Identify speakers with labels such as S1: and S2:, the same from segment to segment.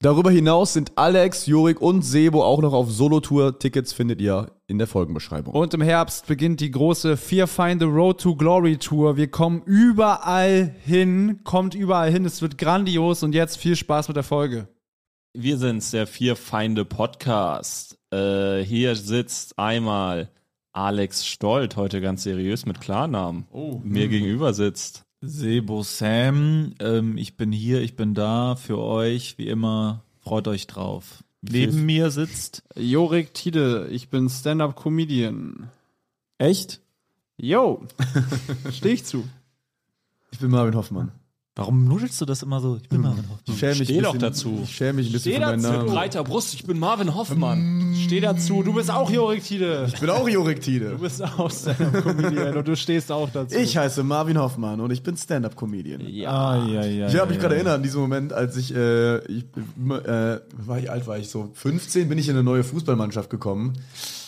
S1: Darüber hinaus sind Alex, Jurik und Sebo auch noch auf Solo-Tour. Tickets findet ihr in der Folgenbeschreibung.
S2: Und im Herbst beginnt die große Fear Find the Road to Glory Tour. Wir kommen überall hin, kommt überall hin. Es wird grandios und jetzt viel Spaß mit der Folge.
S3: Wir sind's, der Vier Feinde Podcast. Äh, hier sitzt einmal Alex Stolt, heute ganz seriös mit Klarnamen.
S4: Oh.
S3: Mir gegenüber sitzt.
S4: Sebo Sam, ähm, ich bin hier, ich bin da für euch, wie immer, freut euch drauf. Neben mir sitzt
S2: Jorik Tide, ich bin Stand-Up-Comedian.
S3: Echt?
S2: Yo, stehe ich zu.
S1: Ich bin Marvin Hoffmann.
S4: Warum nudelst du das immer so? Ich bin Marvin Hoffmann.
S1: Ich schäme mich
S3: Steh
S1: ein
S3: doch
S1: bisschen-
S3: dazu.
S1: Ich schäme mich ein bisschen
S2: Steh
S1: für meinen
S2: dazu,
S1: Namen.
S3: Breiter Brust, ich bin Marvin Hoffmann.
S2: Steh dazu, du bist auch Jorik Tide.
S1: Ich bin auch Jurik Tide.
S2: Du bist auch Stand-Up-Comedian und du stehst auch dazu.
S1: Ich heiße Marvin Hoffmann und ich bin Stand-Up-Comedian.
S4: Ja, ja, ja.
S1: Ich habe mich gerade erinnert an diesen Moment, als ich, äh, ich äh, war ich alt, war ich so 15, bin ich in eine neue Fußballmannschaft gekommen.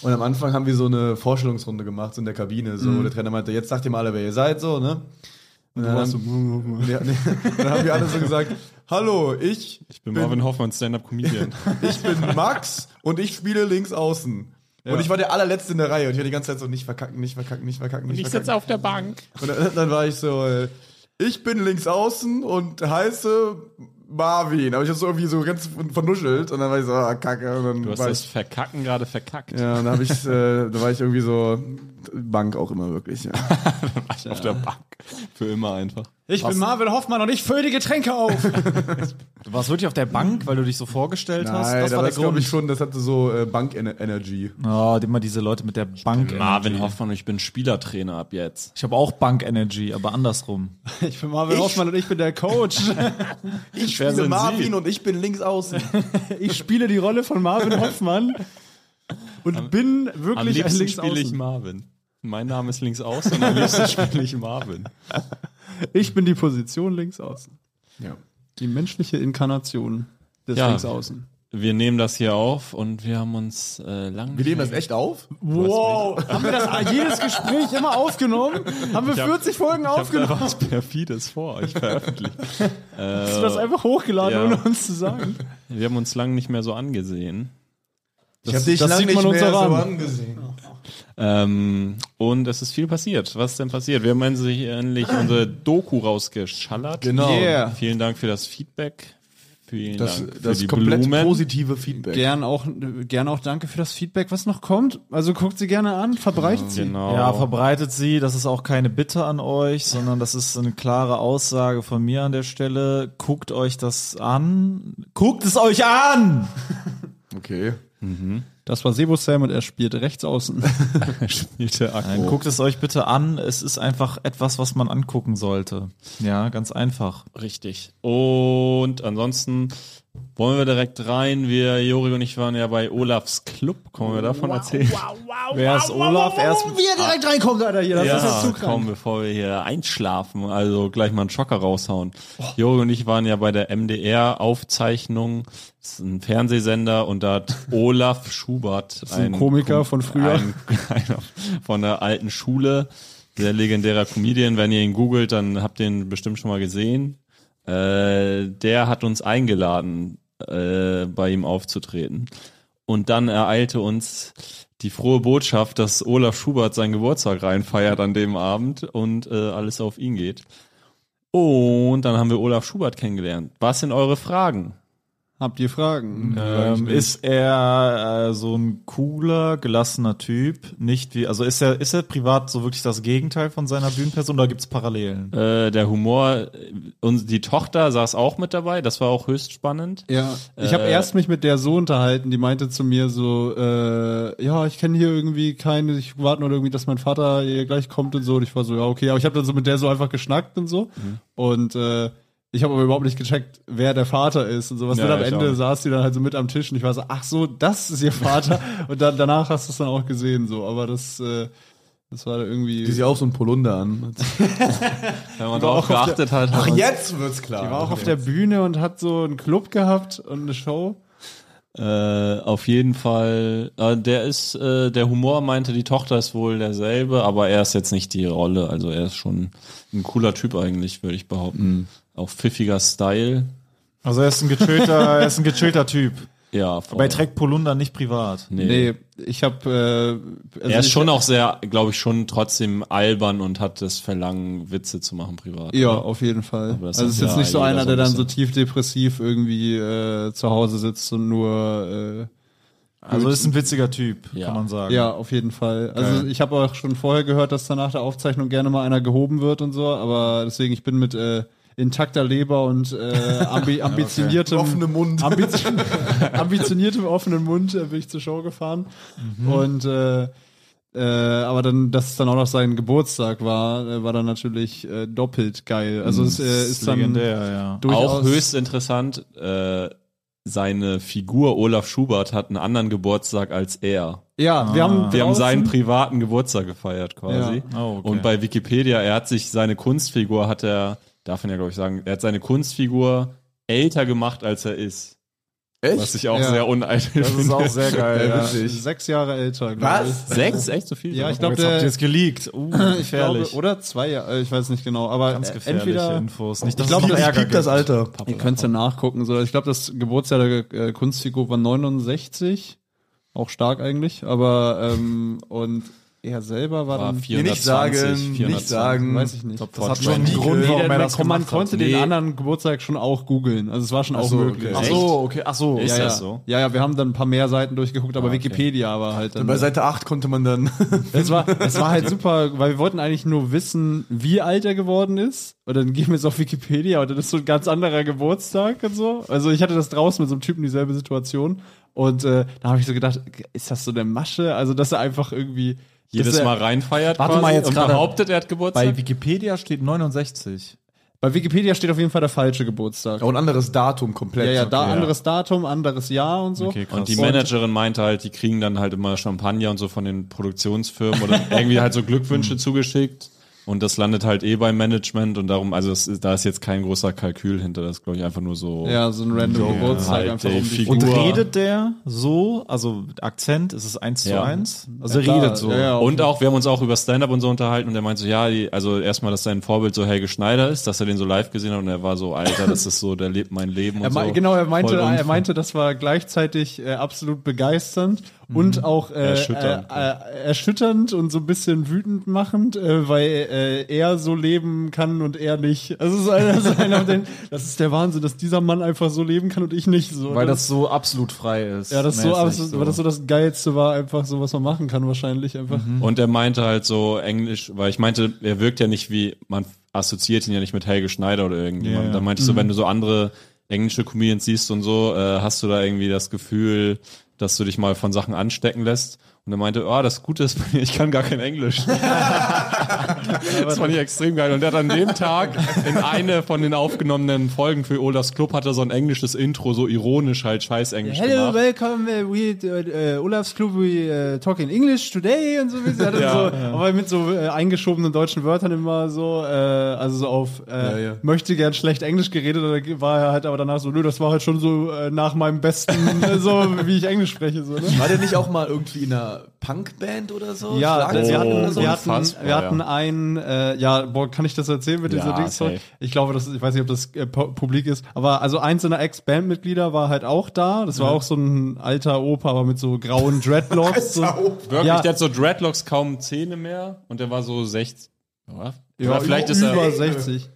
S1: Und am Anfang haben wir so eine Vorstellungsrunde gemacht so in der Kabine, so wo der Trainer meinte, jetzt sagt ihr mal alle, wer ihr seid, so, ne? Und dann,
S2: warst so,
S1: haben, ja, nee, dann haben wir alle so gesagt, hallo, ich,
S3: Ich bin Marvin Hoffmann, Stand-Up-Comedian.
S1: ich bin Max und ich spiele links außen. Und ich war der allerletzte in der Reihe und ich war die ganze Zeit so nicht verkacken, nicht verkacken, nicht verkacken, nicht verkacken.
S3: auf der Bank.
S1: Und dann, dann war ich so, äh, ich bin links außen und heiße Marvin. Aber ich habe so irgendwie so ganz vernuschelt und dann war ich so, ah, kacke. Und dann
S3: Du hast
S1: war
S3: das
S1: ich,
S3: Verkacken gerade verkackt.
S1: ja, und dann hab ich, äh, da war ich irgendwie so Bank auch immer wirklich. Ja.
S3: War ich auf der Bank. Für immer einfach.
S2: Ich bin Marvin Hoffmann und ich fülle die Getränke auf.
S4: Du warst wirklich auf der Bank, weil du dich so vorgestellt hast.
S1: Nein,
S4: Das war der
S1: das glaube ich
S4: Grund.
S1: schon, das hatte so äh, Bank-Energy.
S4: Oh, immer diese Leute mit der Bank.
S3: Marvin Hoffmann und ich bin Spielertrainer ab jetzt.
S4: Ich habe auch Bank Energy, aber andersrum.
S2: Ich bin Marvin Hoffmann und ich bin der Coach.
S1: Ich
S3: Wer sind
S1: spiele
S3: Sie?
S1: Marvin und ich bin links außen.
S2: Ich spiele die Rolle von Marvin Hoffmann und bin
S3: Am
S2: wirklich ein
S3: liebsten spiele ich
S2: Linksaußen.
S3: Marvin. Mein Name ist links außen und am liebsten spiele ich Marvin.
S2: Ich, bin die Position Linksaußen.
S1: ja.
S2: Die menschliche Inkarnation des
S3: Ja.
S2: Linksaußen.
S3: Wir nehmen das hier auf und wir haben uns äh, lange.
S1: Wir nehmen das echt auf?
S2: Wow, haben wir das jedes Gespräch immer aufgenommen? Haben wir 40 Folgen
S3: Ich habe
S2: aufgenommen?
S3: da was Perfides vor, ich veröffentliche.
S2: Hast du das einfach hochgeladen,
S3: äh, Ja.
S2: ohne uns zu sagen?
S3: Wir haben uns lange nicht mehr so angesehen.
S1: ich habe dich
S2: das
S1: lange
S2: sieht man
S1: nicht mehr
S2: uns auch
S1: so
S2: an.
S1: angesehen.
S3: Ähm, und es ist viel passiert. Was ist denn passiert? Wir haben endlich, endlich unsere Doku rausgeschallert.
S1: Genau.
S2: Yeah.
S3: Vielen Dank für das Feedback. Vielen
S1: Das,
S3: Dank für
S1: das
S3: die
S1: komplett
S3: Blumen.
S1: positive Feedback.
S2: Gern auch, gern auch danke für das Feedback, was noch kommt. Also guckt sie gerne an, verbreitet sie.
S3: Genau.
S4: Ja, verbreitet sie. Das ist auch keine Bitte an euch, sondern das ist eine klare Aussage von mir an der Stelle. Guckt euch das an. Guckt es euch an!
S1: Okay.
S2: Das war Sebo Sam und er spielt rechts außen.
S3: spielte Akku.
S4: Nein, guckt es euch bitte an. Es ist einfach etwas, was man angucken sollte. Ja, ganz einfach.
S3: Richtig. Und ansonsten wollen wir direkt rein. Wir, Jori und ich waren ja bei Olafs Club. Können wir davon erzählen?
S4: Wer ist Olaf? Er ist
S2: Wie er direkt reinkommt, Alter, hier. Das ist ja
S3: Ah. Ja,
S2: zu krank.
S3: komm, bevor wir hier einschlafen, also gleich mal einen Schocker raushauen. Jori und ich waren ja bei der MDR-Aufzeichnung, das ist ein Fernsehsender und da hat Olaf Schubert,
S2: ist ein Komiker von früher.
S3: ein, einer von der alten Schule, sehr legendärer Comedian. Wenn ihr ihn googelt, dann habt ihr ihn bestimmt schon mal gesehen. Äh, der hat uns eingeladen, äh, bei ihm aufzutreten. Und dann ereilte uns die frohe Botschaft, dass Olaf Schubert seinen Geburtstag reinfeiert an dem Abend und äh, alles auf ihn geht. Und dann haben wir Olaf Schubert kennengelernt. Was sind eure Fragen?
S2: Habt ihr Fragen?
S4: Ähm, ist er äh, so ein cooler, gelassener Typ? Nicht wie, also ist er, ist er privat so wirklich das Gegenteil von seiner Bühnenperson oder gibt's Parallelen?
S3: Äh, der Humor, äh, und die Tochter saß auch mit dabei, das war auch höchst spannend.
S2: Ja, ich habe
S3: Äh,
S2: erst mich mit der so unterhalten, die meinte zu mir so, äh, ja, ich kenne hier irgendwie keine, ich warte nur irgendwie, dass mein
S3: Mhm.
S2: Vater hier gleich kommt und so. Und ich war so, ja, okay, aber ich habe dann so mit der so einfach geschnackt und so. Und äh, Ich habe aber überhaupt nicht gecheckt, wer der Vater ist und sowas.
S3: Ja,
S2: und am
S3: ich auch
S2: Ende
S3: nicht.
S2: saß die dann halt so mit am Tisch und ich war so, ach so, das ist ihr Vater. und dann, danach hast du es dann auch gesehen, so. Aber das, äh, das war da irgendwie.
S1: Die sieht auch so ein Polunder an.
S3: Wenn man drauf geachtet hat. hat man-
S1: jetzt wird's klar.
S2: Die war auch auf der Bühne und hat so einen Club gehabt und eine Show.
S3: Äh, auf jeden Fall. Äh, der ist, äh, der Humor meinte, die Tochter ist wohl derselbe, aber er ist jetzt nicht die Rolle. Also er ist schon ein cooler Typ eigentlich, würde ich
S4: Mhm.
S3: behaupten. Auch pfiffiger Style.
S5: Also er ist ein gechillter, er ist ein gechillter Typ.
S3: Ja, voll.
S5: Bei trägt Polunder nicht privat.
S3: nee.
S2: Nee, ich habe. Äh, also
S3: Er ist
S2: ich-
S3: schon auch sehr, glaube ich, schon trotzdem albern und hat das Verlangen, Witze zu machen privat.
S2: Ja, auf jeden Fall.
S3: das
S2: Also es
S3: ist
S2: ist jetzt
S3: ja
S2: nicht so
S3: jeder
S2: einer,
S3: so
S2: der
S3: ein
S2: dann so tief depressiv irgendwie äh, zu Hause sitzt und nur.
S5: Also ist ein witziger Typ,
S3: Ja.
S5: kann man
S2: Äh,
S5: sagen.
S2: ja, auf jeden Fall. Also
S5: Geil.
S2: ich habe auch schon vorher gehört, dass danach der Aufzeichnung gerne mal einer gehoben wird und so. Aber deswegen, ich bin mit äh, intakter Leber und äh, ambi ambitioniertem
S1: offenem Mund.
S2: Ambition ambitioniertem offenen Mund äh, bin ich zur Show gefahren. Und äh, äh, aber dann, dass es dann auch noch sein Geburtstag war, äh, war dann natürlich äh, doppelt geil. Also es äh, ist dann
S5: legendär, ja.
S2: durchaus
S3: Auch höchst interessant, äh, seine Figur Olaf Schubert hat einen anderen Geburtstag als er.
S2: Ja, wir haben
S3: Wir haben
S2: draußen-
S3: seinen privaten Geburtstag gefeiert quasi.
S5: Ja. Oh, okay.
S3: Und bei Wikipedia, er hat sich seine Kunstfigur, hat er, darf man ja glaube ich sagen, er hat seine Kunstfigur älter gemacht, als er ist. Was
S1: Echt?
S3: ich auch
S2: Ja.
S3: sehr uneitel
S5: Das ist
S3: finde.
S5: auch sehr geil.
S1: Ja,
S5: ja.
S1: witzig.
S2: ist sechs Jahre älter. glaub
S1: Was?
S3: Sechs? Echt so viel?
S2: Ich. Ja, ich
S5: Oh,
S2: glaube,
S5: jetzt habt ihr
S2: der
S5: es geleakt. Uh,
S2: ich glaube,
S5: gefährlich.
S2: oder zwei Jahre, äh, ich weiß nicht genau, aber
S5: Ganz
S2: äh,
S5: gefährliche
S2: entweder
S5: Infos. Nicht,
S2: ich
S5: dass
S2: glaub,
S5: es noch
S2: das
S5: Ärger
S1: Piept das
S5: gibt.
S1: Alter.
S2: Ihr könnt es ja nachgucken. So. Ich glaube, das Geburtsjahr der äh, Kunstfigur war 69. Auch stark eigentlich. Aber ähm, und er selber war,
S3: war
S2: dann.
S3: 420,
S1: nicht sagen,
S3: 420.
S1: nicht sagen.
S2: Hm, Weiß ich nicht.
S3: Top
S2: Das hat
S3: 40.
S2: schon einen
S1: Nee,
S2: Grund,
S1: nee,
S2: warum er
S5: man-
S2: das
S5: man
S2: gemacht hat.
S5: konnte
S2: den
S5: den
S2: anderen Geburtstag schon auch googeln. Also es war schon auch
S1: so,
S2: möglich.
S1: okay.
S5: Ach so, okay, ach so.
S3: Ist
S2: ja,
S3: das
S2: ja.
S3: so?
S2: Ja, ja, wir haben dann ein paar mehr Seiten durchgeguckt, aber
S3: Ah, okay.
S2: Wikipedia war halt dann.
S1: Bei Seite 8 konnte man dann.
S2: Es war, es war halt super, weil wir wollten eigentlich nur wissen, wie alt er geworden ist. Und dann gehen wir jetzt auf Wikipedia und dann ist so ein ganz anderer Geburtstag und so. Also ich hatte das draußen mit so einem Typen dieselbe Situation. Und äh, da habe ich so gedacht, ist das so eine Masche? Also, dass er einfach irgendwie. dass
S3: Jedes
S2: er,
S3: Mal reinfeiert
S5: Warte
S3: quasi
S5: mal jetzt
S3: und
S5: gerade.
S3: behauptet, er hat Geburtstag.
S5: Bei Wikipedia steht 69.
S2: Bei Wikipedia steht auf jeden Fall der falsche Geburtstag.
S5: Oh,
S1: Auch ein anderes Datum komplett.
S2: ja, ja, da
S1: Okay.
S2: anderes Datum, anderes Jahr und so.
S5: Okay, krass.
S3: Und die Managerin meinte halt, die kriegen dann halt immer Champagner und so von den Produktionsfirmen oder irgendwie halt so
S5: Hm.
S3: Glückwünsche zugeschickt. Und das landet halt eh beim Management und darum, also es ist, da ist jetzt kein großer Kalkül hinter, das ist, glaube ich einfach nur so.
S2: Ja, so ein random Geburtstag
S3: halt
S2: einfach
S3: die
S2: um die
S3: Figur.
S5: Und
S3: Uhr.
S5: redet der so, also Akzent, ist es eins zu
S3: Ja.
S5: eins? Also
S2: Ja,
S5: er
S2: klar.
S5: redet so.
S2: Ja, ja. auf
S3: Und auch, wir haben uns auch über Stand-Up und so unterhalten und er meinte so, ja, die, also erstmal, dass sein Vorbild so Helge Schneider ist, dass er den so live gesehen hat und er war so, Alter, das ist so, der lebt mein Leben
S2: Er
S3: und
S2: mei-
S3: so.
S2: Genau, er meinte,
S3: Voll un-
S2: er meinte, das war gleichzeitig äh, absolut begeisternd
S5: Mhm.
S2: und auch äh,
S3: Erschütternd,
S2: erschütternd, äh, äh, erschütternd und so ein bisschen wütend machend, äh, weil äh, er so leben kann und er nicht. Also es ist einer, es ist einer den, das ist der Wahnsinn, dass dieser Mann einfach so leben kann und ich nicht. So,
S5: Weil das so absolut frei ist.
S2: ja, das ist so,
S5: mäßig,
S2: absolut, weil das so das geilste war, einfach so, was man machen kann wahrscheinlich
S5: Mhm.
S2: einfach.
S3: Und er meinte halt so Englisch, weil ich meinte, er wirkt ja nicht wie, man assoziiert ihn ja nicht mit Helge Schneider oder irgendjemand.
S5: Ja.
S3: Da meinte ich so, wenn du so andere englische Comedians siehst und so, äh, hast du da irgendwie das Gefühl, dass du dich mal von Sachen anstecken lässt. Und er meinte, oh, das Gute ist, bei mir, ich kann gar kein Englisch. das fand ich extrem geil. Und er hat an dem Tag in eine von den aufgenommenen Folgen für Olafs Club hat er so ein englisches Intro, so ironisch halt scheiß Englisch gemacht.
S2: welcome, äh, we, Olaf's Club, we äh, talk in English today und so. Wie ja,
S3: Ja.
S2: so Aber mit so äh, eingeschobenen deutschen Wörtern immer so, äh, also so auf, äh,
S1: Ja, ja.
S2: möchte gern schlecht Englisch geredet, oder war er halt aber danach so, nö, das war halt schon so äh, nach meinem Besten, äh, so wie ich Englisch spreche. So, ne?
S1: War der nicht auch mal irgendwie in einer Punkband oder so?
S2: Ja,
S1: Schlagerband
S2: wir
S1: oder
S2: hatten,
S1: so?
S2: wir hatten,
S3: unfassbar,
S2: wir hatten einen, äh, ja, boah, kann ich das erzählen mit
S3: Ja,
S2: dieser Dings?
S3: safe.
S2: Ich glaube, das, ist- ich weiß nicht, ob das äh, pu- publik ist, aber also eins seiner Ex-Bandmitglieder war halt auch da. Das war
S3: Mhm.
S2: auch so ein alter Opa, aber mit so grauen Dreadlocks. so,
S3: Wirklich,
S2: Ja.
S3: der hat so Dreadlocks, kaum Zähne mehr und der war so 60. Oder?
S2: ja,
S3: Oder vielleicht
S2: über,
S3: ist er.
S2: über 60.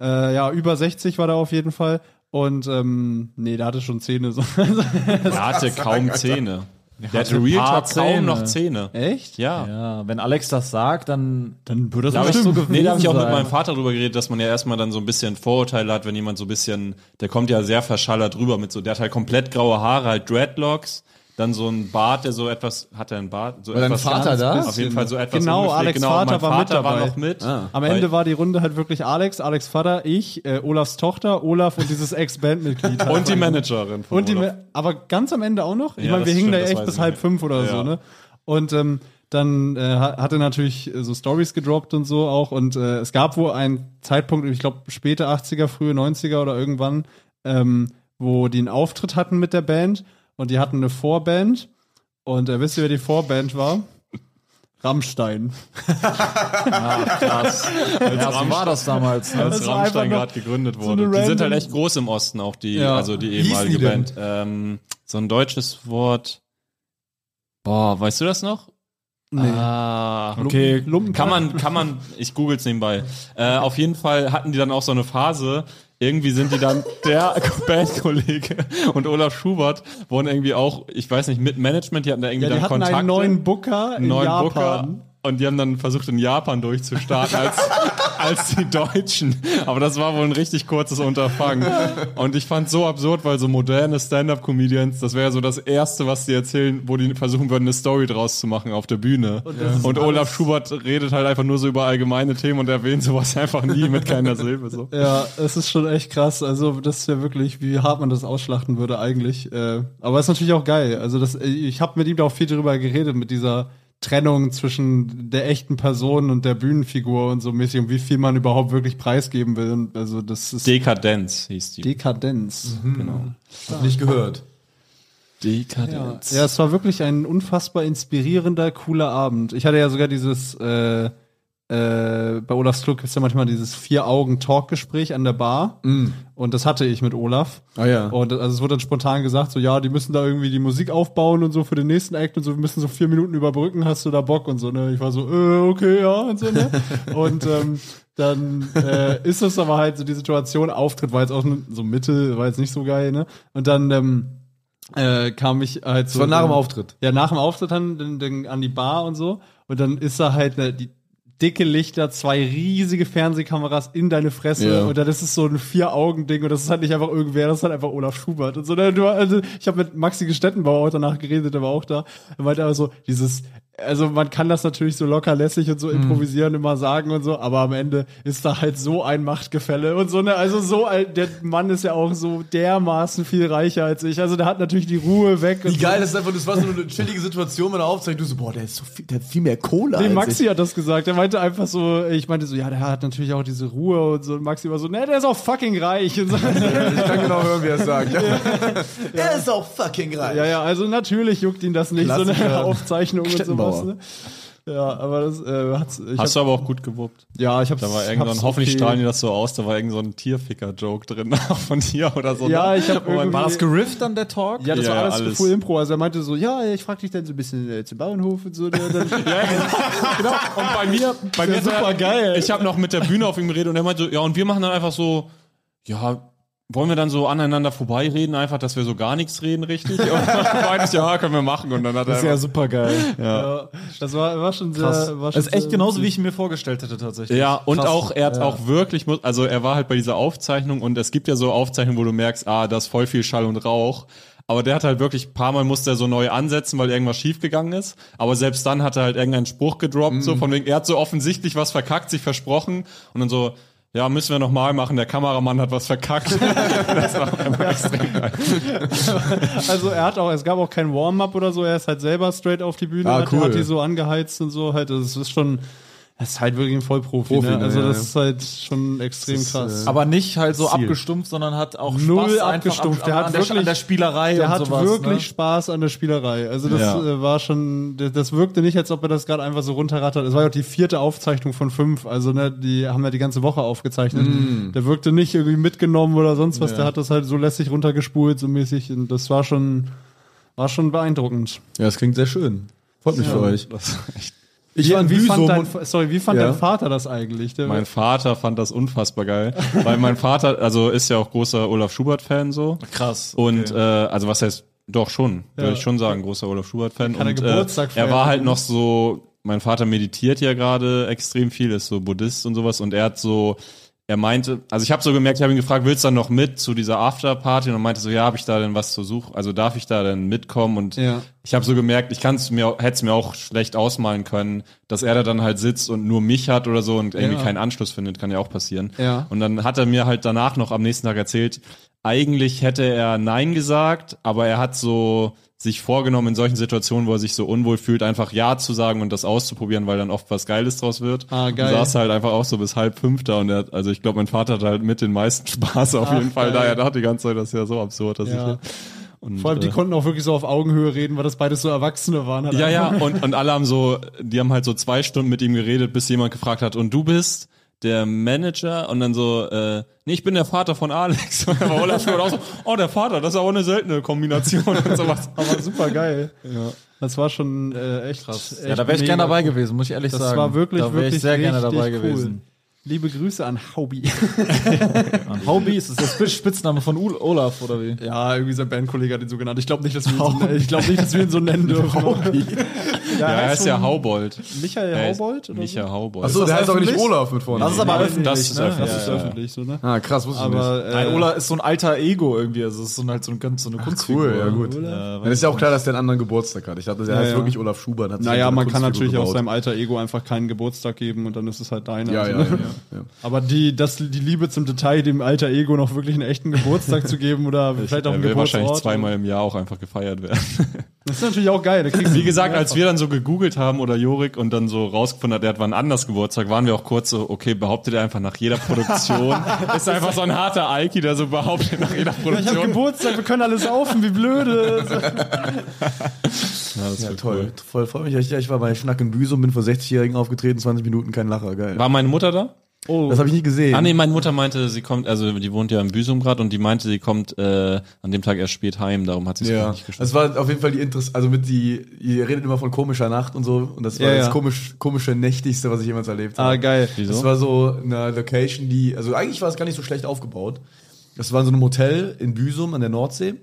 S2: Äh, ja, über 60 war da auf jeden Fall. Und ähm, nee, der hatte schon Zähne. So.
S3: Er hatte kaum Zähne. Der hatte
S5: hatte
S3: Real
S5: paar
S3: Talk kaum
S5: Zähne.
S3: noch Zähne.
S2: Echt?
S3: Ja.
S5: Ja, wenn Alex das sagt, dann, dann würde das
S3: Da
S5: auch
S3: habe ich,
S5: so
S3: nee,
S5: gewesen
S3: da hab ich auch mit
S5: sein.
S3: meinem Vater drüber geredet, dass man ja erstmal dann so ein bisschen Vorurteile hat, wenn jemand so ein bisschen, der kommt ja sehr verschallert rüber mit so, der hat halt komplett graue Haare, halt Dreadlocks, Dann so ein Bart, der so etwas, hat er einen Bart? So
S1: War dein
S3: etwas
S1: Vater
S3: ganz
S1: da?
S3: Auf jeden Fall so etwas.
S2: Genau, Alex
S3: ungepflegt. und
S2: Vater
S3: mein
S2: war mit
S3: Vater war
S2: dabei.
S3: noch mit.
S1: Ah.
S2: Am
S3: Weil-
S2: Ende war die Runde halt wirklich Alex, Alex Vater, ich, äh, Olafs Tochter, Olaf und dieses Ex-Bandmitglied. halt.
S3: Und die Managerin. von
S2: Und die,
S3: Olaf.
S2: Ma- aber ganz am Ende auch noch. Ich
S3: Ja,
S2: meine, wir
S3: das
S2: hingen
S3: stimmt,
S2: da
S3: das
S2: echt
S3: weiß
S2: bis
S3: ich
S2: halb
S3: nicht.
S2: fünf oder
S3: Ja.
S2: so, ne? Und ähm, dann äh, ha- hat er natürlich äh, so Stories gedroppt und so auch. Und äh, es gab wohl einen Zeitpunkt, ich glaube späte 80er, frühe 90er oder irgendwann, ähm, wo die einen Auftritt hatten mit der Band und die hatten eine Vorband. Und äh, wisst ihr, wer die Vorband war? Rammstein.
S3: Krass.
S4: Ja, so war das damals. Ne?
S3: als
S2: Das war einfach
S3: Rammstein
S2: nur
S3: gerade gegründet
S2: so
S3: wurde.
S2: eine
S3: die sind
S2: random-
S3: halt echt groß im Osten, auch die,
S2: Ja.
S3: also die
S1: hießen
S3: ehemalige
S1: die denn?
S3: Band. Ähm, so ein deutsches Wort. Boah, weißt du das noch?
S2: Nee.
S3: Ah,
S5: Okay,
S2: Lumpen
S3: Kann man, kann man, ich google's nebenbei. Äh, auf jeden Fall hatten die dann auch so eine Phase. Irgendwie sind die dann, der Bandkollege und Olaf Schubert wurden irgendwie auch, ich weiß nicht, mit Management, die hatten da irgendwie
S2: Ja, die
S3: dann
S2: hatten
S3: Kontakte.
S2: einen neuen Booker in
S3: neuen
S2: Japan.
S3: Booker. Und die haben dann versucht, in Japan durchzustarten als, als die Deutschen. Aber das war wohl ein richtig kurzes Unterfangen. Und ich fand so absurd, weil so moderne Stand-Up-Comedians, das wäre so das Erste, was die erzählen, wo die versuchen würden, eine Story draus zu machen auf der Bühne. Und, Olaf Schubert redet halt einfach nur so über allgemeine Themen und erwähnt sowas einfach nie mit keiner Silbe. So.
S2: Ja, es ist schon echt krass. Also, das wäre wirklich, wie hart man das ausschlachten würde eigentlich. Äh, aber ist natürlich auch geil. Also, das, ich habe mit ihm da auch viel drüber geredet, mit dieser Trennung zwischen der echten Person und der Bühnenfigur und so mäßig und wie viel man überhaupt wirklich preisgeben will. Und also, das ist
S3: Dekadenz hieß die.
S2: Dekadenz.
S3: Mhm.
S2: Genau.
S1: Hab nicht gehört.
S2: Ja.
S3: Dekadenz.
S2: ja, es war wirklich ein unfassbar inspirierender, cooler Abend. Ich hatte ja sogar dieses, äh, äh, bei Olafs Club gibt es ja manchmal dieses Vier-Augen-Talk-Gespräch an der Bar. Und das hatte ich mit Olaf.
S1: Mm. Ah ja.
S2: Und also es wurde dann spontan gesagt, so ja, die müssen da irgendwie die Musik aufbauen und so für den nächsten Act und so, wir müssen so vier Minuten überbrücken, hast du da Bock und so, ne? Ich war so, äh, okay, ja, und so, ne? und ähm, dann äh, ist das aber halt so die Situation, Auftritt war jetzt auch so Mitte, war jetzt nicht so geil, ne? Und dann ähm, äh, kam ich halt so.
S1: Das war nach dem Auftritt.
S2: Ja, nach dem Auftritt dann, dann, dann an die Bar und so. Und dann ist da halt ne, die dicke Lichter, zwei riesige Fernsehkameras in deine Fresse.
S1: Ja.
S2: Und dann ist es so ein Vier-Augen-Ding. Und das ist halt nicht einfach irgendwer, das ist halt einfach Olaf Schubert. Und so, ne, du, also, ich habe mit Maxi Gestettenbauer auch danach geredet, der war auch da. Er meinte aber so, dieses, also man kann das natürlich so locker lässig und so
S1: Mhm.
S2: improvisieren immer sagen und so, aber am Ende ist da halt so ein Machtgefälle und so, ne, also so, ein- der Mann ist ja auch so dermaßen viel reicher als ich. Also der hat natürlich die Ruhe weg.
S1: Wie
S2: und
S1: geil
S2: so.
S1: das ist einfach, das war so eine chillige Situation bei der Aufzeichnung. Du so, boah, der ist so viel, der hat viel mehr Cola.
S2: Nee,
S1: als
S2: Maxi
S1: ich.
S2: hat das gesagt. Er meinte einfach so, ich meinte so, ja, der hat natürlich auch diese Ruhe und so. Und Maxi war so, ne, der ist auch fucking reich. Und so,
S1: Ich kann genau hören, wie er es sagt. Ja. Er ist auch fucking reich.
S2: ja, ja, also natürlich juckt ihn das nicht, so eine
S1: Klassiker.
S2: Aufzeichnung und
S1: Stettenbauer.
S2: sowas. Ne? Ja, aber das äh, hat's. Ich
S3: Hast du aber auch gut gewuppt.
S2: ja, ich hab's.
S3: Da war irgend so ein,
S2: hab's
S3: hoffentlich
S2: okay.
S3: strahlen die das so aus, da war irgend so ein Tierficker-Joke drin von dir oder so.
S2: Ja,
S3: ne?
S2: ich hab
S3: Wo man-
S2: irgendwie-
S3: War das ge-
S4: gerifft dann der Talk?
S2: Ja, das war
S3: Ja,
S2: alles,
S3: alles.
S2: full Impro. Also er meinte so, ja, ich frag dich dann so ein bisschen äh, zum Bauernhof und so. ne, und Dann,
S3: Und bei mir, bei mir
S2: ja
S3: hat er-
S2: super geil.
S3: Ich habe noch mit der Bühne auf ihm geredet und er meinte, so, ja, und wir machen dann einfach so, ja, wollen wir dann so aneinander vorbeireden, einfach, dass wir so gar nichts reden, richtig? Und dann meinte ich, ja, können wir machen. Und dann hat er
S4: Das ist ja
S3: einfach,
S4: super geil.
S2: ja, das war, war schon sehr.
S4: Krass.
S2: War
S4: Das
S2: schon
S4: ist echt
S2: sehr
S4: genauso, wie
S2: witzig.
S4: ich mir vorgestellt hätte tatsächlich.
S3: ja, und
S4: Krass.
S3: auch, er hat auch wirklich, mu- also er war halt bei dieser Aufzeichnung und es gibt ja so Aufzeichnungen, wo du merkst, ah, da ist voll viel Schall und Rauch. Aber der hat halt wirklich, ein paar Mal musste er so neu ansetzen, weil irgendwas schiefgegangen ist. Aber selbst dann hat er halt irgendeinen Spruch gedroppt, so von wegen, er hat so offensichtlich was verkackt, sich versprochen und dann so, ja, müssen wir nochmal machen, der Kameramann hat was verkackt. das war einfach extrem geil.
S2: Also er hat auch, es gab auch kein Warm-up oder so, er ist halt selber straight auf die Bühne,
S1: Ah,
S2: hat,
S1: cool.
S2: hat die so angeheizt und so, halt, das ist schon, das ist halt wirklich ein Vollprofi,
S1: Profi,
S2: ne?
S1: ne,
S2: also
S1: ja,
S2: das
S1: ja.
S2: ist halt schon extrem kraß.
S4: Aber nicht halt so
S1: Ziel.
S4: abgestumpft, sondern hat auch Spaß
S2: Null
S4: einfach
S2: abgestumpft.
S4: Ab,
S2: Der hat
S4: an, der,
S2: wirklich-
S4: an der Spielerei
S2: der
S4: und
S2: hat
S4: sowas.
S2: wirklich
S4: ne?
S2: Spaß an der Spielerei. Also das
S3: Ja.
S2: äh, war schon, das, das wirkte nicht, als ob er das gerade einfach so runterrattert. Es war ja auch die vierte Aufzeichnung von fünf. Also ne, die haben ja die ganze Woche aufgezeichnet. Der wirkte nicht irgendwie mitgenommen oder sonst was. Der hat das halt so lässig runtergespult, so mäßig. Und das war schon, war schon beeindruckend.
S1: Ja, das klingt sehr schön. Freut mich für euch. Ich
S2: Wie,
S1: war in
S2: wie, fand
S1: Büsum
S2: dein,
S1: und
S2: sorry, wie fand
S1: Ja.
S2: dein Vater das eigentlich? Der,
S3: Mein Vater fand das unfassbar geil, weil mein Vater, also ist ja auch großer Olaf Schubert-Fan so.
S4: Krass.
S3: Und äh, also was heißt, doch schon, würde ich schon sagen, großer Olaf Schubert-Fan.
S2: Kann er
S3: Und,
S2: Geburtstag
S3: äh, er
S2: feiern.
S3: war halt noch so, mein Vater meditiert ja gerade extrem viel, ist so Buddhist und sowas und er hat so er meinte, also ich habe so gemerkt, ich habe ihn gefragt, willst du dann noch mit zu dieser Afterparty? Und er meinte so, ja, habe ich da denn was zu suchen? Also darf ich da denn mitkommen? Und
S2: Ja.
S3: ich habe so gemerkt, ich kann's mir, hätte es mir auch schlecht ausmalen können, dass er da dann halt sitzt und nur mich hat oder so und irgendwie
S2: Ja.
S3: keinen Anschluss findet, kann ja auch passieren.
S2: Ja.
S3: Und dann hat er mir halt danach noch am nächsten Tag erzählt, eigentlich hätte er Nein gesagt, aber er hat so sich vorgenommen in solchen Situationen, wo er sich so unwohl fühlt, einfach Ja zu sagen und das auszuprobieren, weil dann oft was Geiles draus wird.
S2: Ah, geil.
S3: Und saß halt einfach auch so bis halb fünf da und er hat, also ich glaube, mein Vater hat halt mit den meisten Spaß auf
S2: Ach,
S3: jeden Fall da.
S2: geil.
S3: Er dachte die ganze Zeit, das ist ja so absurd, dass
S2: Ja.
S3: ich und,
S2: Vor allem, die
S3: äh,
S2: konnten auch wirklich so auf Augenhöhe reden, weil das beides so Erwachsene waren. Hat
S3: ja,
S2: einfach-
S3: ja, und, und alle haben so, die haben halt so zwei Stunden mit ihm geredet, bis jemand gefragt hat, und du bist der Manager? Und dann so, äh, nee, ich bin der Vater von Alex. Und dann war Olaf Schubert auch so, oh, der Vater, das ist aber eine seltene Kombination und sowas.
S2: Aber super geil. Ja. Das war schon äh, echt krass.
S6: Ja, da wäre ich gerne dabei gewesen, muss ich ehrlich
S2: Das
S6: sagen.
S2: war wirklich,
S6: da wäre
S2: wirklich
S6: ich sehr gerne
S2: richtig
S6: dabei
S2: cool.
S6: gewesen.
S2: Liebe Grüße an Haubi.
S6: Hobby, ist das der Spitz- Spitzname von Ul- Olaf oder wie?
S2: Ja, irgendwie sein Bandkollege hat ihn so genannt. Ich glaube nicht, dass wir ihn so, nennen- ich glaub nicht, dass wir ihn so nennen dürfen. Haubi.
S3: Ja, er ist ja Haubold.
S2: Michael
S3: Er ist
S2: Haubold? Oder
S3: Micha Haubold.
S5: Achso,
S6: das
S5: der heißt doch nicht
S6: öffentlich?
S5: Olaf mit vorne.
S6: Das ist aber öffentlich.
S3: das ist
S6: ne?
S2: So? Das ist
S3: öffentlich. Ja, ja, ja.
S2: öffentlich, so, ne?
S5: Ah, krass, wusste ich nicht.
S2: Aber, äh,
S6: Nein, Olaf ist so ein alter Ego irgendwie. Also, es ist so ein, halt so, ein, ganz, so eine Kunstfigur.
S5: Cool, ja gut.
S6: Ja,
S5: Dann ist ja auch klar, dass der einen anderen Geburtstag hat. Ich dachte, der
S2: Ja,
S5: heißt
S2: Ah ja.
S5: wirklich Olaf Schubert. Hat sich
S2: Naja,
S5: eine
S2: man kann
S5: Kunstfigur
S2: natürlich auch
S5: gebaut.
S2: seinem alter Ego einfach keinen Geburtstag geben und dann ist es halt deiner.
S5: Ja,
S2: Also,
S5: ja,
S2: ne?
S5: ja. ja.
S2: Aber die, das, die Liebe zum Detail, dem alter Ego noch wirklich einen echten Geburtstag zu geben oder vielleicht auch einen
S3: er will wahrscheinlich
S2: Geburtsort.
S3: zweimal im Jahr auch einfach gefeiert werden.
S2: Das ist natürlich auch geil. da kriegst du-
S3: Wie gesagt, als wir dann so gegoogelt haben oder Jorik und dann so rausgefunden hat, der hat wann anders Geburtstag, waren wir auch kurz so, okay, behauptet er einfach nach jeder Produktion. ist einfach so ein harter Alki, der so behauptet nach jeder
S2: ich habe
S3: Produktion.
S2: Geburtstag, wir können alles saufen, wie blöde.
S3: Ja, das
S5: Ja,
S3: wird
S5: toll.
S3: cool.
S5: Voll, freue mich. Ich, ich war bei Schnack in Büsum, bin vor 60-Jährigen aufgetreten, 20 Minuten, kein Lacher, geil.
S3: War meine Mutter da?
S5: Das habe ich nicht gesehen.
S3: Ah nee, meine Mutter meinte, sie kommt, also die wohnt ja in Büsum gerade und die meinte, sie kommt äh, an dem Tag erst spät heim, darum hat sie es gar
S5: Ja,
S3: nicht geschafft.
S5: das war auf jeden Fall die Interess also mit die, ihr redet immer von komischer Nacht und so, und das war
S2: Ja,
S5: das
S2: ja.
S5: komisch, komische Nächtigste, was ich jemals erlebt habe.
S2: Ah, geil.
S3: Wieso?
S5: Das war so eine Location, die, also eigentlich war es gar nicht so schlecht aufgebaut. Das war in so einem Hotel in Büsum an der Nordsee.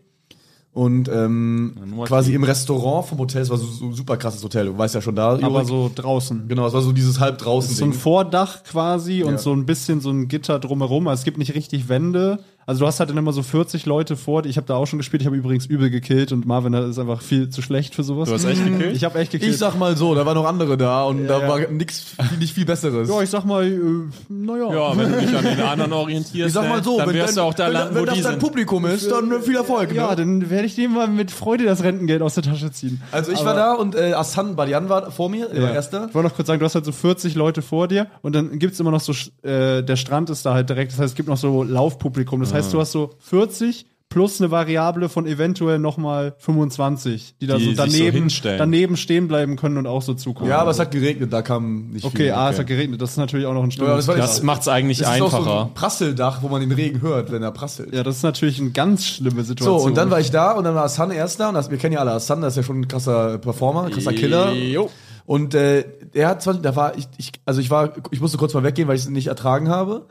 S5: Und ähm,
S3: Nordsee.
S5: quasi im Restaurant vom Hotel, es war so, so ein super krasses Hotel, du weißt ja schon da.
S2: Aber
S5: Jurek.
S2: so draußen.
S5: genau, es war so dieses halb draußen
S2: So ein Vordach quasi und
S5: Ja.
S2: so ein bisschen so ein Gitter drumherum. Also es gibt nicht richtig Wände. Also du hast halt dann immer so 40 Leute vor. dir. Ich habe da auch schon gespielt. Ich habe übrigens übel gekillt und Marvin hat- ist einfach viel zu schlecht für sowas.
S3: Also, Du hast echt gekillt?
S2: Ich habe echt gekillt.
S5: Ich sag mal so, da waren noch andere da und da
S2: ja.
S5: war nix, nicht viel Besseres.
S2: ja, ich sag mal, äh, naja.
S3: ja, wenn du dich an den anderen orientierst, ne,
S5: Ich sag mal so,
S3: dann wirst
S5: dein-
S3: du auch da
S5: wenn,
S3: landen,
S5: wenn
S3: wo
S5: das
S3: die
S5: dein
S3: sind.
S5: Publikum ist, dann äh, viel Erfolg.
S2: Ja,
S5: ne?
S2: dann werde ich dem mal mit Freude das Rentengeld aus der Tasche ziehen.
S5: Also ich
S2: Aber-
S5: war da und äh, Asan Badian war vor mir, der war
S2: Ja.
S5: erster.
S2: Ich wollte noch kurz sagen, du hast halt so 40 Leute vor dir und dann gibt's immer noch so, sch- äh, der Strand ist da halt direkt, das heißt, es gibt noch so Laufpublikum. Das
S3: Ah.
S2: heißt, du hast so 40 plus eine Variable von eventuell nochmal 25, die da
S3: Die
S2: so
S3: sich so
S2: daneben,
S3: hinstellen.
S2: daneben stehen bleiben können und auch so zugucken.
S5: Ja, aber es hat geregnet, da kam nicht viel.
S2: okay, ah, es hat geregnet, das ist natürlich auch noch ein
S5: Ja, das war-
S2: Stimmungskiller.
S3: Das macht's eigentlich
S5: Es ist auch so
S3: einfacher.
S5: ein Prasseldach, wo man den Regen hört, wenn er prasselt.
S2: Ja, das ist natürlich eine ganz schlimme
S5: So,
S2: Situation.
S5: und dann war ich da und dann war Hassan erster. Und das, wir kennen ja alle Hassan, das ist ja schon ein krasser Performer, ein krasser Killer.
S3: Jo.
S5: Und äh, er hat 20, da war ich, ich, also ich war, ich musste kurz mal weggehen, weil ich es nicht ertragen habe.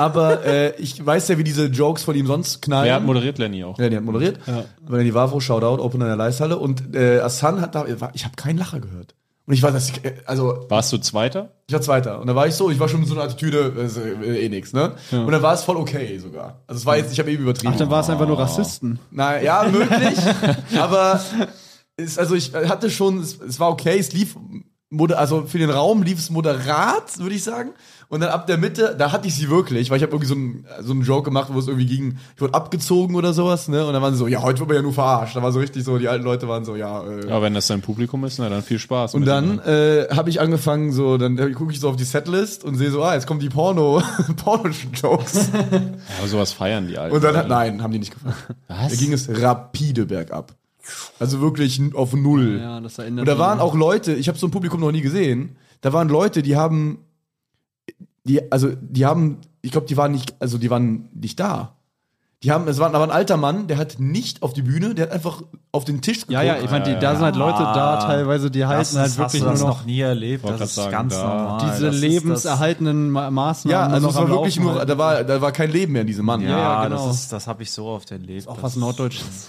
S5: Aber äh, ich weiß ja, wie diese Jokes von ihm sonst knallen.
S3: Wer hat moderiert Lenny auch?
S5: Ja, die hat moderiert. Ja. Lenny Wavro, Shoutout, Open in der Leisthalle. Und äh, Assan hat da, ich habe keinen Lacher gehört. Und ich war, das, also
S3: Warst du Zweiter?
S5: ich war Zweiter. Und da war ich so, ich war schon mit so einer Attitüde, äh, so, äh, eh nix, ne? Und dann war es voll okay sogar. Also es war jetzt, ich habe eben übertrieben.
S2: Ach, dann war es einfach nur Rassisten.
S5: Na ja, möglich. aber es, also ich hatte schon, es, es war okay, es lief, moder- also für den Raum lief es moderat, würde ich sagen. Und dann ab der Mitte, da hatte ich sie wirklich, weil ich habe irgendwie so einen, so einen Joke gemacht, wo es irgendwie ging, ich wurde abgezogen oder sowas, ne? Und dann waren sie so, ja, heute wird man ja nur verarscht. Da war so richtig so, die alten Leute waren so, ja, äh,
S3: Ja, wenn das dein Publikum ist, na dann viel Spaß.
S5: und
S3: mit
S5: dann äh, habe ich angefangen, so, dann gucke ich so auf die Setlist und sehe so, ah, jetzt kommen die Porno, Porno-Jokes.
S3: Aber sowas feiern die Alten.
S5: Und dann hat, nein, haben die nicht gefallen.
S3: Was?
S5: Da ging es rapide bergab. Also wirklich auf Null.
S2: das erinnert
S5: und da waren auch Leute, ich habe so ein Publikum noch nie gesehen, da waren Leute, die haben, die, also die haben, ich glaube, die waren nicht, also die waren nicht da. Die haben, es war, da war ein alter Mann, der hat nicht auf die Bühne, der hat einfach auf den Tisch geguckt.
S2: Ja, ja, ich meine, die- da sind halt Leute
S3: Ah.
S2: da teilweise, die halten halt wirklich nur
S4: das
S2: noch
S4: noch nie erlebt.
S3: Wollte
S4: Das
S3: grad
S4: ist
S3: sagen,
S4: ganz
S3: da-
S4: normal.
S2: diese
S4: Ah, das ist das-
S2: lebenserhaltenden Ma Maßnahmen.
S5: Ja, also
S2: noch
S5: es
S2: am
S5: war wirklich
S2: Laufen
S5: nur,
S2: halten.
S5: da war, da war kein Leben mehr in diesem Mann.
S4: Ja,
S2: Ja, ja, genau.
S4: das, ist- das habe ich so oft erlebt.
S2: auch
S4: Das-
S2: was Norddeutsches.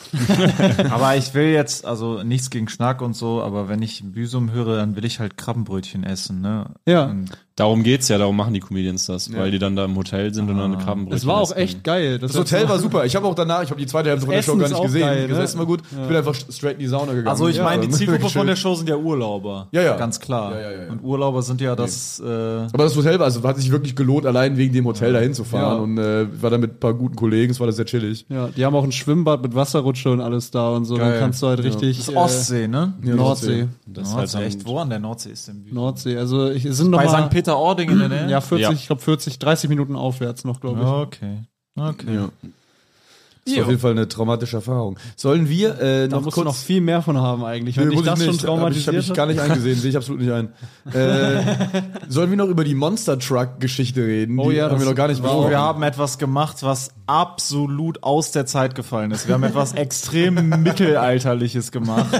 S4: Aber ich will jetzt, also nichts gegen Schnack und so, aber wenn ich Büsum höre, dann will ich halt Krabbenbrötchen essen, ne?
S2: Ja.
S4: Und
S3: Darum geht's ja, darum machen die Comedians das, weil die dann da im Hotel sind und dann
S5: Ah.
S3: eine Krabbenbrötchen
S2: Es war auch
S3: essen.
S2: echt geil.
S1: Das Hotel war super. Ich habe auch danach, ich habe die zweite Hälfte von der
S2: Essen
S1: Show gar
S2: ist
S1: nicht
S2: auch
S1: gesehen.
S2: geil, ne?
S1: Das Essen war gut. Ich bin einfach straight in die Sauna gegangen.
S4: Also ich
S1: Ja,
S4: meine, die
S1: aber-
S4: Zielgruppe von
S1: Schön.
S4: der Show sind ja Urlauber.
S1: Ja, ja.
S4: Ganz klar.
S1: Ja, ja, ja, ja.
S4: Und Urlauber sind ja das. Äh,
S1: Aber das Hotel war, also hat sich wirklich gelohnt, allein wegen dem Hotel dahin zu fahren.
S2: Ja.
S1: Und äh, war da mit ein paar guten Kollegen, es war da sehr chillig.
S2: Ja, die haben auch ein Schwimmbad mit Wasserrutsche und alles da und so.
S1: Geil.
S2: Dann kannst du halt richtig.
S4: das Ostsee, ne?
S2: Äh, Nordsee.
S3: Das ist
S4: Nordsee,
S3: halt dann-
S4: echt. Wo an der Nordsee ist denn? Büchen?
S2: Nordsee. Also ich, es sind noch
S4: Bei
S2: mal,
S4: St. Peter-Ording in der Nähe?
S2: Ja, 40,
S3: Ja.
S2: ich glaube 40, 30 Minuten aufwärts noch, glaube ich.
S4: Okay. Okay.
S1: Ja. Das war auf jeden Fall eine traumatische Erfahrung. Sollen wir äh,
S2: Da
S1: noch
S2: musst
S1: kurz...
S2: du noch viel mehr von haben eigentlich. Wenn
S1: Nee,
S2: dich
S1: muss
S2: das
S1: ich
S2: schon
S1: nicht. Hab ich,
S2: traumatisiert
S1: hab ich gar nicht eingesehen, sehe ich absolut nicht ein. Äh, sollen wir noch über die Monster Truck Geschichte reden?
S2: Oh
S1: die
S2: ja,
S1: haben
S2: das
S1: wir noch gar nicht
S4: Oh,
S1: besprochen.
S4: wir haben etwas gemacht, was absolut aus der Zeit gefallen ist. Wir haben etwas extrem mittelalterliches gemacht.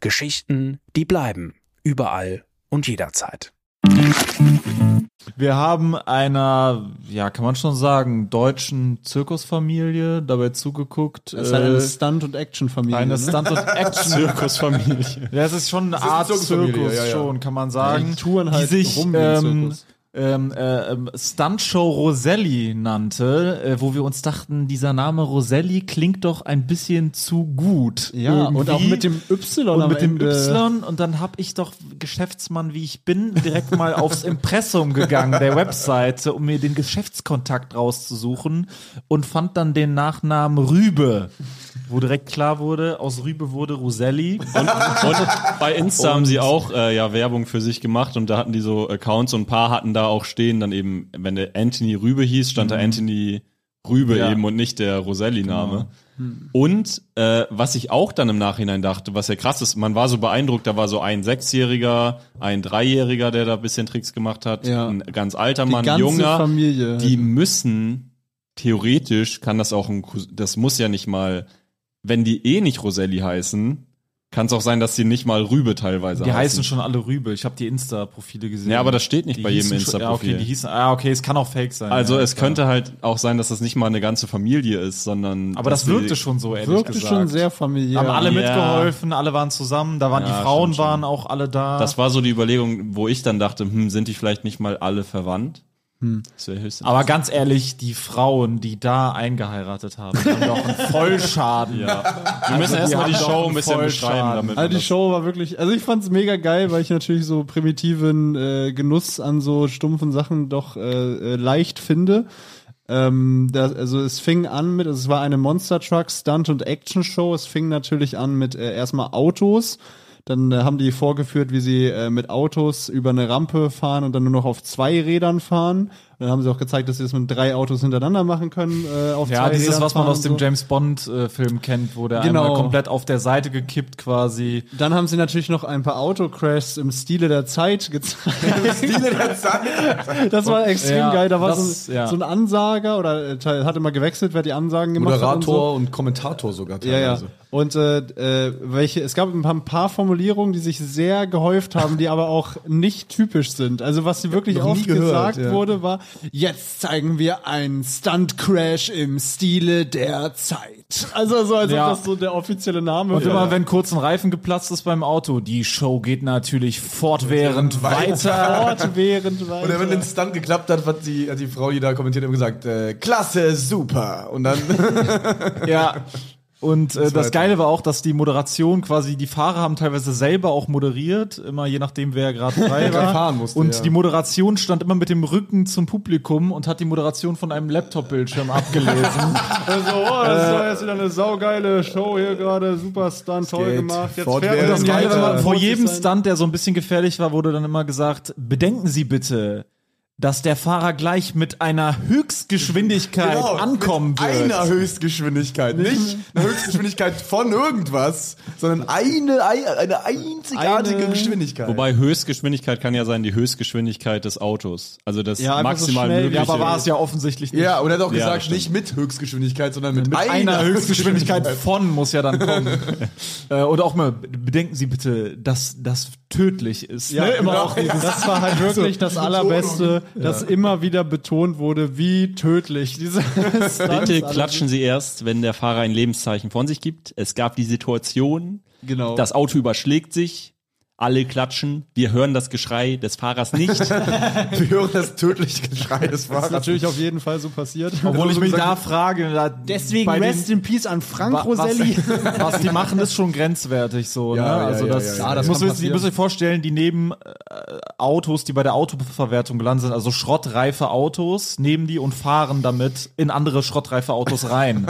S7: Geschichten, die bleiben. Überall und jederzeit.
S4: Wir haben einer, ja, kann man schon sagen, deutschen Zirkusfamilie dabei zugeguckt.
S2: Das ist halt eine
S4: äh,
S2: Stunt- und Action-Familie.
S4: eine
S2: ne?
S4: Stunt- und Action.
S3: Zirkusfamilie.
S4: Ja, es ist schon eine
S1: ist eine
S4: Art
S1: Zirkusfamilie,
S4: Zirkus
S1: ja, ja.
S4: schon, kann man sagen.
S2: Die touren halt
S4: die sich
S2: rum wie ein
S4: ähm,
S2: Zirkus.
S4: ähm, äh, ähm, Stuntshow Roselli nannte, äh, wo wir uns dachten, dieser Name Roselli klingt doch ein bisschen zu gut.
S2: Ja, und auch mit dem Y
S4: Äh, und
S2: am
S4: mit dem
S2: Ende.
S4: Y und dann habe ich doch Geschäftsmann, wie ich bin, direkt mal aufs Impressum gegangen der Webseite, um mir den Geschäftskontakt rauszusuchen und fand dann den Nachnamen Rübe, wo direkt klar wurde, aus Rübe wurde Roselli.
S2: Also
S3: Und, und bei Insta haben sie auch äh, ja Werbung für sich gemacht und da hatten die so Accounts und ein paar hatten da auch stehen, dann eben, wenn der Anthony Rübe hieß, stand
S5: Mhm.
S3: da Anthony Rübe eben und nicht der
S5: Genau.
S3: Roselli-Name.
S2: Hm.
S3: Und äh, was ich auch dann im Nachhinein dachte, was ja krass ist, man war so beeindruckt, da war so ein Sechsjähriger, ein Dreijähriger, der da ein bisschen Tricks gemacht hat,
S2: Ja.
S3: ein ganz alter Mann,
S2: die ganze
S3: junger,
S2: Familie.
S3: die
S4: Also.
S3: müssen theoretisch kann das auch ein Cousin- das muss ja nicht mal wenn die eh nicht Roselli heißen kann es auch sein dass sie nicht mal Rübe teilweise
S4: Die heißen
S3: heißen
S4: schon alle Rübe. Ich habe die Insta-Profile gesehen.
S3: Ja, aber das steht nicht
S4: Die
S3: bei jedem
S4: hießen schon-
S3: Insta-Profil.
S4: Ja, okay, die hießen, ah, okay, es kann auch fake sein.
S3: also
S4: ja,
S3: es
S4: klar.
S3: könnte halt auch sein dass das nicht mal eine ganze Familie ist sondern
S4: Aber das
S3: dass
S4: wirkte
S3: sie-
S4: schon so, ehrlich
S2: wirkte
S4: gesagt.
S2: schon sehr familiär.
S4: Haben alle
S3: Ja.
S4: mitgeholfen, alle waren zusammen, da waren
S3: Ja,
S4: die Frauen
S3: stimmt schon.
S4: waren auch alle da.
S3: das war so die Überlegung wo ich dann dachte hm, sind die vielleicht nicht mal alle verwandt das wäre höchstens
S4: Hm. aber ganz ehrlich, die Frauen, die da eingeheiratet haben, haben doch einen Vollschaden.
S3: wir
S4: also
S3: müssen
S4: die
S3: erstmal die
S4: haben doch
S3: Show
S4: einen
S3: ein bisschen beschreiben
S4: Vollschaden.
S3: damit
S2: Also
S3: man
S2: die Show war wirklich, also ich fand's mega geil, weil ich natürlich so primitiven äh, Genuss an so stumpfen Sachen doch äh, äh, leicht finde. Ähm, das, also es fing an mit, also es war eine Monster Truck Stunt und Action Show. Es fing natürlich an mit äh, erstmal Autos. Dann äh, haben die vorgeführt, wie sie äh, mit Autos über eine Rampe fahren und dann nur noch auf zwei Rädern fahren. Dann haben sie auch gezeigt, dass sie das mit drei Autos hintereinander machen können. Äh, auf
S4: Ja,
S2: zwei
S4: dieses,
S2: Rädern
S4: was man
S2: fahren
S4: aus
S2: und
S4: dem
S2: so.
S4: James Bond-Film kennt, wo der
S2: Genau.
S4: einmal komplett auf der Seite gekippt quasi.
S2: Dann haben sie natürlich noch ein paar Autocrashs im Stile der Zeit gezeigt.
S1: Stile der Zeit.
S2: Das war extrem
S4: Ja,
S2: geil. Da war
S4: das-
S2: so, ein-
S4: ja.
S2: so ein Ansager oder äh, teil- hat immer gewechselt, wer die Ansagen gemacht hat. und so.
S1: Moderator Also. und Kommentator sogar
S2: halt Ja, ja.
S1: teilweise.
S2: Und äh, äh, welche, es gab ein paar, ein paar Formulierungen, die sich sehr gehäuft haben, die aber auch nicht typisch sind. Also was sie wirklich
S1: noch nie
S2: oft
S1: gehört,
S2: gesagt
S1: ja.
S2: wurde, war, jetzt zeigen wir einen Stunt-Crash im Stile der Zeit. Also so, als
S4: Ja.
S2: ob das so der offizielle Name
S4: Und immer wenn kurz ein Reifen geplatzt ist beim Auto, die Show geht natürlich fortwährend weiter.
S2: Fortwährend weiter.
S1: Oder wenn ein Stunt geklappt hat, hat die, hat die Frau, die da kommentiert, immer gesagt, äh, klasse, super. Und dann
S4: Ja. Und äh, das
S1: Zweite.
S4: Geile war auch, dass die Moderation quasi, die Fahrer haben teilweise selber auch moderiert, immer je nachdem, wer gerade frei
S1: gerade
S4: war.
S1: fahren musste,
S4: und
S1: ja.
S4: die Moderation stand immer mit dem Rücken zum Publikum und hat die Moderation von einem Laptop-Bildschirm abgelesen.
S2: Also, oh, das war jetzt wieder eine saugeile Show hier gerade, super Stunt, toll
S1: geht
S2: gemacht. Jetzt
S1: fortwährend
S2: fährt
S4: das
S1: Und
S4: Geile
S1: weiter.
S4: war, vor
S2: Muss
S4: jedem
S2: sein.
S4: Stunt, der so ein bisschen gefährlich war, wurde dann immer gesagt, bedenken Sie bitte, dass der Fahrer gleich mit einer Höchstgeschwindigkeit ankommen
S1: mit
S4: wird.
S1: einer Höchstgeschwindigkeit. Nicht eine Höchstgeschwindigkeit von irgendwas, sondern eine, ei- eine einzigartige
S2: Eine-
S1: Geschwindigkeit.
S3: Wobei Höchstgeschwindigkeit kann ja sein die Höchstgeschwindigkeit des Autos. Also das
S2: Ja, einfach so
S3: maximal
S2: schnell.
S3: mögliche.
S2: Ja, aber war
S4: es ja offensichtlich
S1: ja, und er hat auch
S3: Ja, das
S1: gesagt,
S3: stimmt.
S1: nicht mit Höchstgeschwindigkeit, sondern mit,
S4: Mit einer, Höchstgeschwindigkeit
S1: Höchstgeschwindigkeit.
S4: von muss ja dann kommen. äh, und auch mal, bedenken Sie bitte, dass das tödlich ist.
S2: Ja,
S4: ne?
S2: immer auch dieses, das war halt wirklich das Allerbeste, dass immer wieder betont wurde, wie tödlich diese
S3: Bitte klatschen Sie erst, wenn der Fahrer ein Lebenszeichen von sich gibt. Es gab die Situation,
S2: Genau.
S3: das Auto überschlägt sich, alle klatschen, wir hören das Geschrei des Fahrers nicht.
S1: Wir hören das tödliche Geschrei des
S2: Das ist
S1: Fahrers.
S2: natürlich auf jeden Fall so passiert.
S4: Obwohl ich mich da frage, da deswegen
S2: in Peace an Frank
S4: Was, was die machen, ist schon grenzwertig so.
S1: Ja,
S4: ne?
S1: ja,
S4: Also
S1: ja,
S4: das,
S1: ja, ja.
S4: ja,
S1: Ja,
S4: das
S1: das
S4: muss
S1: kann
S4: man sich muss sich vorstellen, die nehmen äh, Autos, die bei der Autoverwertung gelandet sind, also schrottreife Autos, nehmen die und fahren damit in andere schrottreife Autos rein.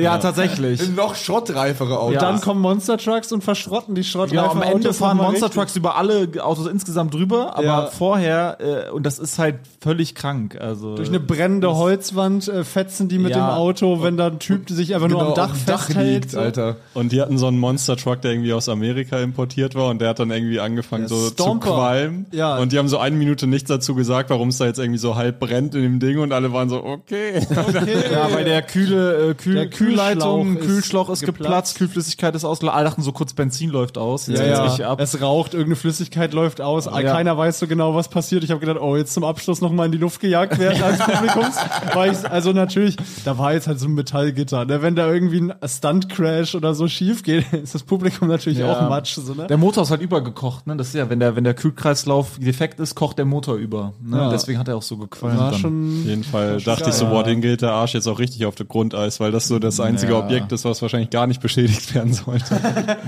S4: ja, tatsächlich.
S1: In noch schrottreifere Autos.
S4: Ja.
S2: Dann kommen Monster Trucks und verschrotten die Schrott.
S4: Genau, am Ende fahren Monster Trucks über alle Autos insgesamt drüber, aber
S2: Ja.
S4: vorher, äh, und das ist halt völlig krank. Also
S2: Durch eine brennende Holzwand äh, fetzen die mit
S4: Ja.
S2: dem Auto, wenn da ein Typ sich einfach nur am Dach, festhält.
S1: genau, liegt,
S2: so.
S1: Alter.
S3: Und die hatten so einen Monster-Truck, der irgendwie aus Amerika importiert war und der hat dann irgendwie angefangen so
S2: Stomper.
S3: zu qualmen.
S2: Ja.
S3: Und die haben so eine Minute nichts dazu gesagt, warum es da jetzt irgendwie so halb brennt in dem Ding und alle waren so, okay.
S4: Ja, bei der kühle äh, Kühl
S2: Der
S4: Kühlleitung,
S2: Kühlschlauch ist
S4: Kühlschlauch ist geplatzt,
S2: geplatzt.
S4: Kühlflüssigkeit ist ausgelaufen. Alle dachten so kurz Benzin läuft aus. Jetzt geht's
S2: Ja,
S4: richtig
S2: ja.
S4: ab.
S2: Es raucht, irgendeine Flüssigkeit läuft aus. Ah,
S4: Ja.
S2: Keiner weiß so genau, was passiert. Ich habe gedacht, oh, jetzt zum Abschluss nochmal in die Luft gejagt werden als Publikums. Weil ich, also natürlich, da war jetzt halt so ein Metallgitter. Ne? Wenn da irgendwie ein Stunt-Crash oder so schief geht, ist das Publikum natürlich auch Matsch. So, ne?
S4: Der Motor ist halt übergekocht, ne? Das ist ja, wenn der, wenn der Kühlkreislauf defekt ist, kocht der Motor über. Ne?
S2: Ja.
S4: Deswegen hat er auch so gequalmt.
S2: War
S4: dann.
S3: Auf
S2: schon
S3: jeden Fall dachte ich so, boah, den geht der Arsch jetzt auch richtig auf der Grundeis, weil das so das einzige Objekt ist, was wahrscheinlich gar nicht beschädigt werden sollte.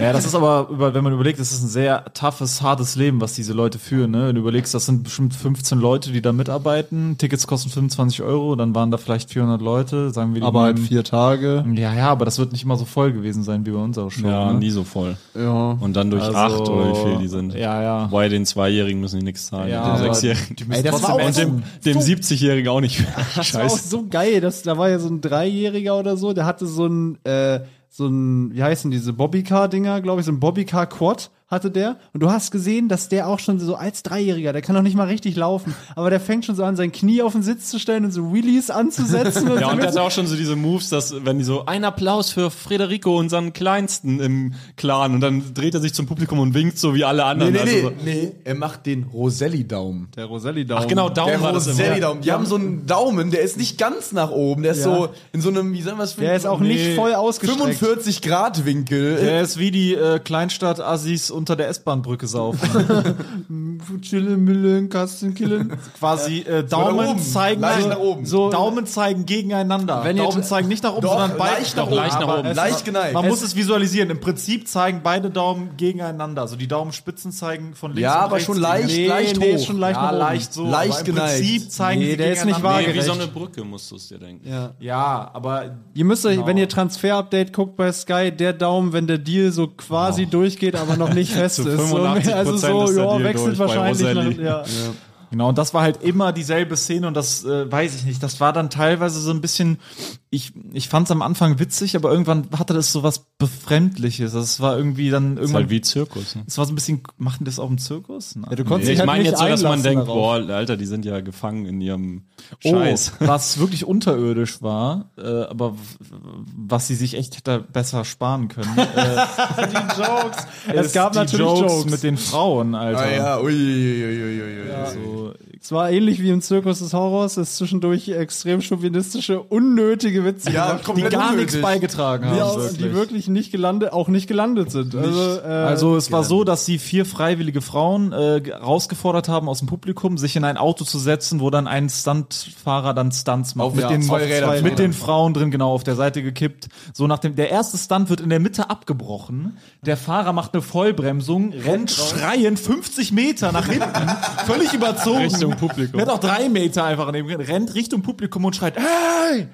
S4: Ja, das ist aber, über- wenn man überlegt, das ist ein sehr toughes, hartes Leben, was diese Leute führen. Ne? Wenn du überlegst, das sind bestimmt 15 Leute, die da mitarbeiten. Tickets kosten 25 Euro, dann waren da vielleicht 400 Leute, sagen wir die nehmen-
S2: halt vier Tage.
S4: Ja, ja, aber das wird nicht immer so voll gewesen sein wie bei unserer Show.
S3: Ja,
S4: ne?
S3: nie so voll.
S1: Ja.
S3: Und dann durch acht oder wie viel die sind.
S4: Ja, ja.
S3: Wobei den Zweijährigen müssen die nichts zahlen.
S4: Ja,
S3: den
S4: aber
S3: Sechsjährigen.
S4: Ey, das war
S3: Und dem, dem 70-Jährigen auch nicht.
S2: Das war auch
S3: Scheiße.
S2: so geil. Das, da war ja so ein Dreijähriger oder so, der hatte so ein, äh, so ein, wie heißen diese Bobbycar-Dinger, glaube ich, so ein Bobbycar-Quad hatte der. Und du hast gesehen, dass der auch schon so als Dreijähriger, der kann noch nicht mal richtig laufen, aber der fängt schon so an, sein Knie auf den Sitz zu stellen und so Wheelies anzusetzen. und
S3: Ja,
S2: so
S3: und der
S2: mit-
S3: hat auch schon so diese Moves, dass wenn die so, ein Applaus für Federico, unseren Kleinsten im Clan, und dann dreht er sich zum Publikum und winkt so wie alle
S1: Nee,
S3: anderen.
S1: nee, nee,
S3: Also so,
S1: nee, er macht den Roselli-Daumen.
S2: der Roselli-Daumen.
S3: Ach genau, Daumen
S1: Der
S3: war das immer.
S1: Roselli-Daumen. Die haben so einen Daumen, der ist nicht ganz nach oben. Der ist
S2: Ja.
S1: so in so einem, wie sagen wir das? für-
S2: Der ist auch nicht voll ausgestreckt.
S1: 45 Grad Winkel.
S4: Der ist wie die äh, Kleinstadt-Assis unter der S-Bahn-Brücke saufen.
S2: Chillen, Müllen, Kasten, Killen.
S4: Quasi äh,
S1: nach
S4: Daumen
S1: oben,
S4: zeigen,
S1: leicht
S4: so,
S1: nach oben.
S4: so Daumen zeigen gegeneinander.
S2: Wenn ihr-
S4: Daumen zeigen nicht nach oben, sondern beide
S1: leicht nach
S4: Doch,
S1: oben.
S3: leicht nach
S1: aber
S3: oben.
S1: Leicht geneigt.
S4: Man muss es visualisieren. Im Prinzip zeigen beide Daumen gegeneinander. Also die Daumenspitzen zeigen von links
S1: Ja,
S4: und
S1: aber
S4: rechts.
S1: schon leicht,
S4: gegen-
S1: leicht
S4: nee,
S1: hoch.
S4: Schon leicht,
S1: Ja,
S4: nach oben.
S1: leicht so,
S4: Leicht
S1: aber im
S4: geneigt.
S1: Prinzip
S4: zeigen
S2: Nee,
S4: sie
S2: der ist nicht
S4: gegeneinander.
S3: Nee, wie so
S2: Waagerecht.
S3: eine Brücke musst du es dir denken.
S2: Ja.
S4: Ja, aber
S2: Ihr müsst euch,
S3: Genau.
S2: wenn ihr Transfer-Update guckt bei Sky, der Daumen, wenn der Deal so quasi durchgeht, aber noch nicht fest
S3: Zu
S2: ist. So,
S3: 85%
S2: also so,
S3: ist der
S2: ja,
S3: Deal
S2: wechselt
S3: durch bei
S2: wahrscheinlich. Nach,
S3: Roselli.
S2: ja.
S4: Genau, und das war halt immer dieselbe Szene und das äh, weiß ich nicht. Das war dann teilweise so ein bisschen, ich, ich fand es am Anfang witzig, aber irgendwann hatte das so was Befremdliches. Das war irgendwie dann
S3: Ist
S4: irgendwann.
S3: halt wie Zirkus. Ne?
S4: das war so ein bisschen, machen das auch im Zirkus? Nein.
S2: Du konntest
S3: Nee,
S2: dich
S3: ich
S2: halt
S3: meine
S2: nicht
S3: jetzt so, dass man
S2: einlassen
S3: denkt,
S2: darauf.
S3: boah, Alter, die sind ja gefangen in ihrem
S4: Oh,
S3: Scheiß.
S4: was wirklich unterirdisch war, äh, aber w- was sie sich echt hätte besser sparen können. äh, die Jokes.
S2: Es gab natürlich Jokes.
S4: mit den Frauen, Alter.
S1: Ah ja, ui, ui, ui, ui, ui.
S4: So,
S2: Es war ähnlich wie im Zirkus des Horrors, es zwischendurch extrem chauvinistische, unnötige Witze
S1: Ja,
S2: gemacht,
S4: die
S1: komplett
S4: gar nichts
S1: unnötig.
S4: beigetragen
S2: die,
S4: haben.
S2: aus, die wirklich nicht gelandet, auch nicht gelandet sind. Also, äh,
S4: Also es war so, dass sie vier freiwillige Frauen äh, ge- rausgefordert haben aus dem Publikum, sich in ein Auto zu setzen, wo dann ein Stuntfahrer dann Stunts macht.
S1: Auf den zwei
S4: auf
S1: Rädern.
S4: mit den Frauen drin, genau, auf der Seite gekippt. So nach dem, der erste Stunt wird in der Mitte abgebrochen. Der Fahrer macht eine Vollbremsung, rennt schreiend 50 Meter nach hinten, völlig überzogen.
S3: Richtung Publikum.
S4: Rennt auch drei Meter einfach neben, rennt Richtung Publikum und schreit, hey!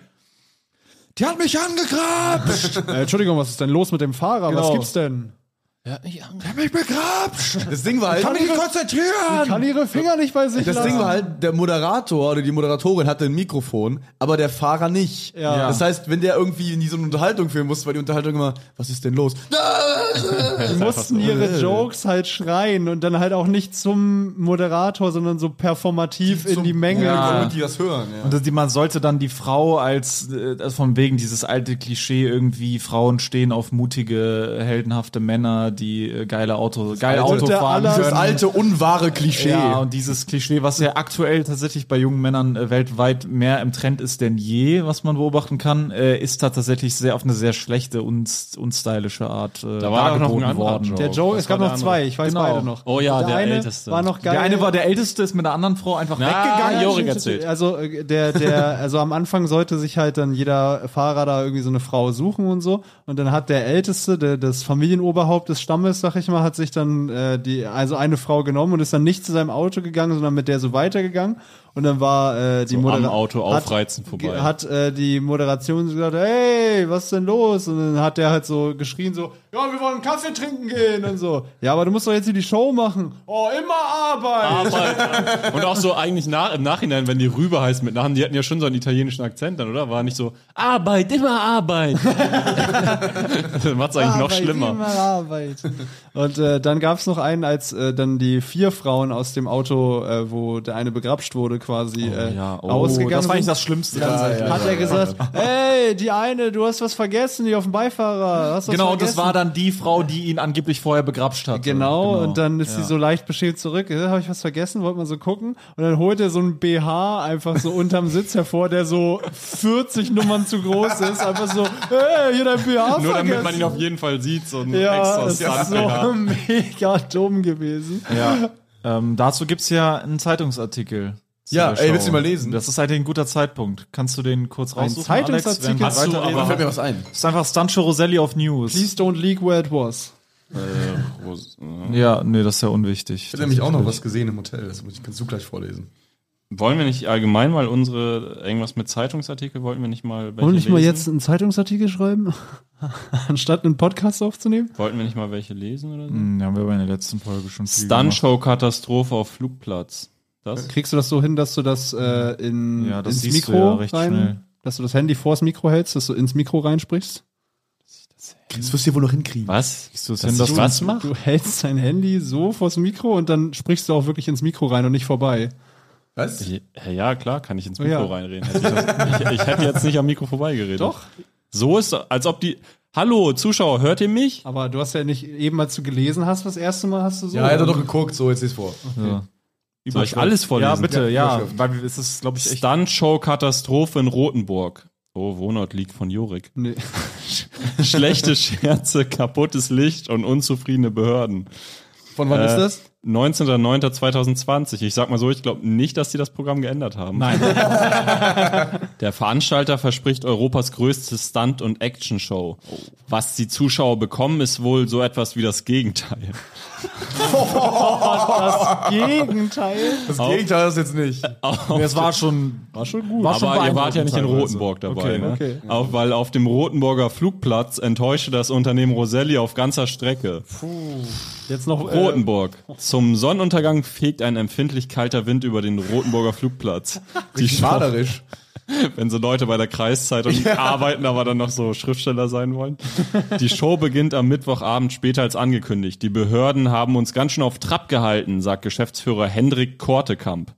S4: Die hat mich angegrabt!
S2: äh, Entschuldigung, was ist denn los mit dem Fahrer?
S4: Genau.
S2: Was gibt's denn?
S1: Das Ding war halt.
S2: mich nicht
S1: konzentrieren!
S2: Kann ihre Finger nicht bei sich
S1: Das
S2: lassen.
S1: Ding war halt, der Moderator oder die Moderatorin hatte ein Mikrofon, aber der Fahrer nicht.
S2: Ja.
S1: Das heißt, wenn der irgendwie in so eine Unterhaltung führen musste, war die Unterhaltung immer, was ist denn los?
S2: Die mussten ihre
S1: Äh.
S2: Jokes halt schreien und dann halt auch nicht zum Moderator, sondern so performativ in
S1: Zum-
S2: die Menge.
S1: Ja,
S2: Ja.
S1: damit die das hören, ja.
S5: Und das, die, man sollte dann die Frau als, äh, also von wegen dieses alte Klischee irgendwie, Frauen stehen auf mutige, heldenhafte Männer, die äh, geile Autos, geil
S2: alte-
S5: Auto
S2: der
S5: fahren
S2: aller-
S5: können.
S1: das alte, unwahre Klischee.
S5: Ja, und dieses Klischee, was ja aktuell tatsächlich bei jungen Männern äh, weltweit mehr im Trend ist denn je, was man beobachten kann, äh, ist da tatsächlich sehr auf eine sehr schlechte, uns, unstylische Art äh,
S3: Da war doch noch ein
S5: dargeboten
S3: anderer
S5: worden.
S3: Joke.
S2: Der Joe, es gab
S3: war der
S2: noch zwei, ich weiß
S5: Genau.
S2: beide noch.
S3: Oh ja, der
S2: eine
S3: Älteste.
S2: War noch geil.
S5: Der eine war der älteste, ist mit der anderen Frau einfach
S3: Na,
S5: weggegangen.
S3: Ah,
S2: Ja,
S3: Jorik
S2: stimmt,
S3: erzählt.
S2: stimmt. Also äh, der, der, also am Anfang sollte sich halt dann jeder Fahrer da irgendwie so eine Frau suchen und so. Und dann hat der Älteste, der, das Familienoberhaupt des Stammes, sag ich mal, hat sich dann äh, die, also eine Frau genommen und ist dann nicht zu seinem Auto gegangen, sondern mit der so weitergegangen. Und dann war äh, die
S3: So
S2: Modera-
S3: am Auto
S2: hat-
S3: aufreizen vorbei.
S2: Hat äh, die Moderation so gesagt, hey, was ist denn los? Und dann hat der halt so geschrien so, ja, wir wollen Kaffee trinken gehen und so. Ja, aber du musst doch jetzt hier die Show machen. Oh, immer Arbeit.
S3: Aber, und auch so eigentlich nach, im Nachhinein, wenn die Rübe heißt mit Namen, die hatten ja schon so einen italienischen Akzent dann, oder? War nicht so Arbeit, immer Arbeit. Dann macht's eigentlich noch
S2: Arbeit,
S3: schlimmer.
S2: immer Arbeit. Und äh, dann gab es noch einen, als äh, dann die vier Frauen aus dem Auto, äh, wo der eine begrapscht wurde, quasi äh,
S3: ja, oh,
S2: ausgegangen
S5: Das war
S2: sind.
S5: nicht das Schlimmste.
S2: hat er gesagt, ey, die eine, du hast was vergessen, die auf dem Beifahrer. Hast was
S5: Genau, und
S2: vergessen?
S5: das war dann die Frau, die ihn angeblich vorher begrapscht hat.
S2: Genau, und dann ist sie so leicht beschämt zurück. Äh, Habe ich was vergessen? Wollte man so gucken. Und dann holt er so einen BH einfach so unterm Sitz hervor, der so 40 Nummern zu groß ist. Einfach so, ey, hier dein BH
S3: Nur
S2: vergessen.
S3: damit man ihn auf jeden Fall sieht, so ein
S2: Ja,
S3: extra
S2: das ist so
S3: Stunt-BH.
S2: mega dumm gewesen.
S5: Ja. Ähm, dazu gibt's ja einen Zeitungsartikel. zu
S1: Ja,
S5: der
S1: ey,
S5: Show.
S1: willst du mal lesen?
S5: Das ist eigentlich ein guter Zeitpunkt. Kannst du den kurz raussuchen,
S2: Zeitungsartikel?
S5: Alex? während wir
S2: Hast
S3: du
S5: weiterreden?
S1: Da fällt
S3: aber-
S1: mir was ein.
S5: Das ist einfach Stancho Roselli auf News.
S2: Please don't leak where it was.
S3: Äh, Ros- äh,
S5: Ja, nee, das ist ja unwichtig.
S1: Ich habe nämlich auch noch was gesehen im Hotel. Das muss ich- kannst du gleich vorlesen.
S3: Wollen wir nicht allgemein mal unsere, irgendwas mit Zeitungsartikel, wollten wir nicht mal welche
S2: Wollen wir nicht mal
S3: lesen?
S2: jetzt einen Zeitungsartikel schreiben? Anstatt einen Podcast aufzunehmen?
S3: Wollten wir nicht mal welche lesen oder so?
S5: Hm, haben wir bei der letzten Folge schon viel gemacht.
S3: Stuntshow-Katastrophe auf Flugplatz. Das?
S2: Kriegst du das so hin, dass du das äh, in,
S5: Ja, das
S2: ins
S5: siehst du
S2: Mikro
S5: ja recht
S2: rein,
S5: schnell.
S2: dass du das Handy vors Mikro hältst, dass du ins Mikro reinsprichst?
S1: Das wirst du ja wohl noch hinkriegen.
S3: Was?
S5: Siehst du es
S3: Dass
S5: hin, dass
S3: ich
S5: du-
S3: was mach?
S2: Du hältst dein Handy so vors Mikro und dann sprichst du auch wirklich ins Mikro rein und nicht vorbei.
S1: Was?
S3: Ja, äh, ja, klar, kann ich ins
S2: Oh,
S3: Mikro
S2: ja.
S3: reinreden. Hätte ich, das, ich, ich hätte jetzt nicht am Mikro vorbeigeredet.
S2: Doch.
S3: So ist, als ob die. Hallo, Zuschauer, hört ihr mich?
S2: Aber du hast ja nicht eben, als du gelesen hast, das erste Mal hast du so.
S1: Ja, er hat doch geguckt, so, jetzt lese vor.
S3: Soll ich alles vorlesen?
S5: Ja, bitte, ja.
S1: Überschrift.
S5: Weil es ist, glaube ich, echt.
S3: Stuntshow-Katastrophe in Rothenburg. Oh, Wohnort liegt von Jorik.
S2: Nee.
S3: Schlechte Scherze, kaputtes Licht und unzufriedene Behörden.
S1: Von wann ist
S3: Äh,
S1: das?
S3: 19.09.2020. Ich sag mal so, ich glaube nicht, dass die das Programm geändert haben. Nein. Der Veranstalter verspricht Europas größte Stunt- und Action-Show. Was die Zuschauer bekommen, ist wohl so etwas wie das Gegenteil.
S2: Das Gegenteil.
S1: Das Gegenteil ist jetzt nicht.
S5: Es war schon. War schon gut. War schon
S3: Aber ihr wart ja nicht in
S5: teilweise.
S3: Rotenburg dabei,
S5: Okay,
S3: ne?
S2: okay.
S3: Auch weil auf dem Rotenburger Flugplatz enttäuschte das Unternehmen Roselli auf ganzer Strecke.
S2: Jetzt noch äh,
S3: Rotenburg. Zum Sonnenuntergang fegt ein empfindlich kalter Wind über den Rotenburger Flugplatz. Die Show,
S1: Schaderisch.
S3: wenn so Leute bei der Kreiszeitung arbeiten, aber dann noch so Schriftsteller sein wollen. Die Show beginnt am Mittwochabend später als angekündigt. Die Behörden haben uns ganz schön auf Trab gehalten, sagt Geschäftsführer Hendrik Kortekamp.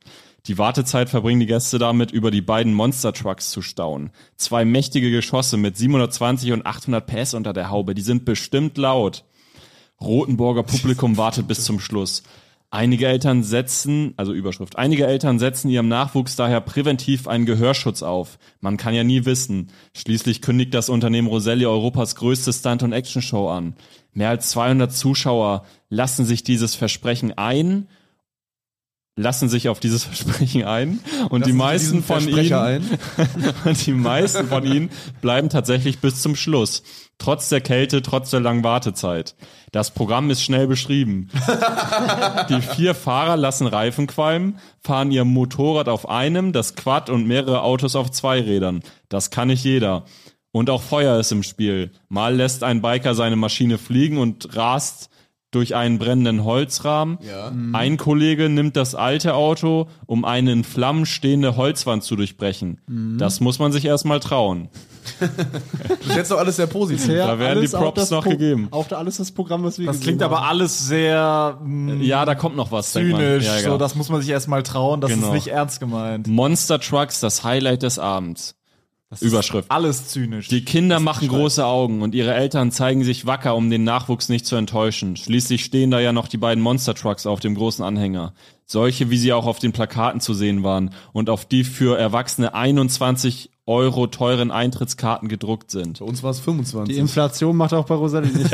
S3: Die Wartezeit verbringen die Gäste damit, über die beiden Monster-Trucks zu staunen. Zwei mächtige Geschosse mit 720 und 800 PS unter der Haube, die sind bestimmt laut. Rotenburger Publikum wartet bis zum Schluss. Einige Eltern setzen, also Überschrift, einige Eltern setzen ihrem Nachwuchs daher präventiv einen Gehörschutz auf. Man kann ja nie wissen. Schließlich kündigt das Unternehmen Roselli Europas größte Stunt- und Action-Show an. Mehr als 200 Zuschauer lassen sich dieses Versprechen ein, lassen sich auf dieses Versprechen ein und die meisten von ihnen
S1: Ein.
S3: und die meisten von ihnen bleiben tatsächlich bis zum Schluss. Trotz der Kälte, trotz der langen Wartezeit. Das Programm ist schnell beschrieben. Die vier Fahrer lassen Reifen qualmen, fahren ihr Motorrad auf einem, das Quad und mehrere Autos auf zwei Rädern. Das kann nicht jeder. Und auch Feuer ist im Spiel. Mal lässt ein Biker seine Maschine fliegen und rast durch einen brennenden Holzrahmen.
S1: Ja.
S3: Ein Kollege nimmt das alte Auto, um eine in Flammen stehende Holzwand zu durchbrechen.
S4: Mhm.
S3: Das muss man sich erstmal trauen.
S1: Bis jetzt doch alles sehr positiv.
S3: Da werden die Props noch gegeben.
S2: Auch da alles das Programm, was wir
S4: Das klingt aber alles sehr mh,
S3: Ja, da kommt noch was. denkt man.
S4: zynisch.
S3: Ja, ja.
S4: So, das muss man sich erstmal trauen. Das
S3: Genau.
S4: ist nicht ernst gemeint.
S3: Monster Trucks, das Highlight des Abends. Überschrift.
S4: Alles zynisch.
S3: Die Kinder machen große Augen und ihre Eltern zeigen sich wacker, um den Nachwuchs nicht zu enttäuschen. Schließlich stehen da ja noch die beiden Monster Trucks auf dem großen Anhänger. Solche, wie sie auch auf den Plakaten zu sehen waren und auf die für Erwachsene 21 Euro teuren Eintrittskarten gedruckt sind.
S1: Bei uns war es
S2: Die
S1: 25.
S2: Inflation macht auch bei Rosalie nicht.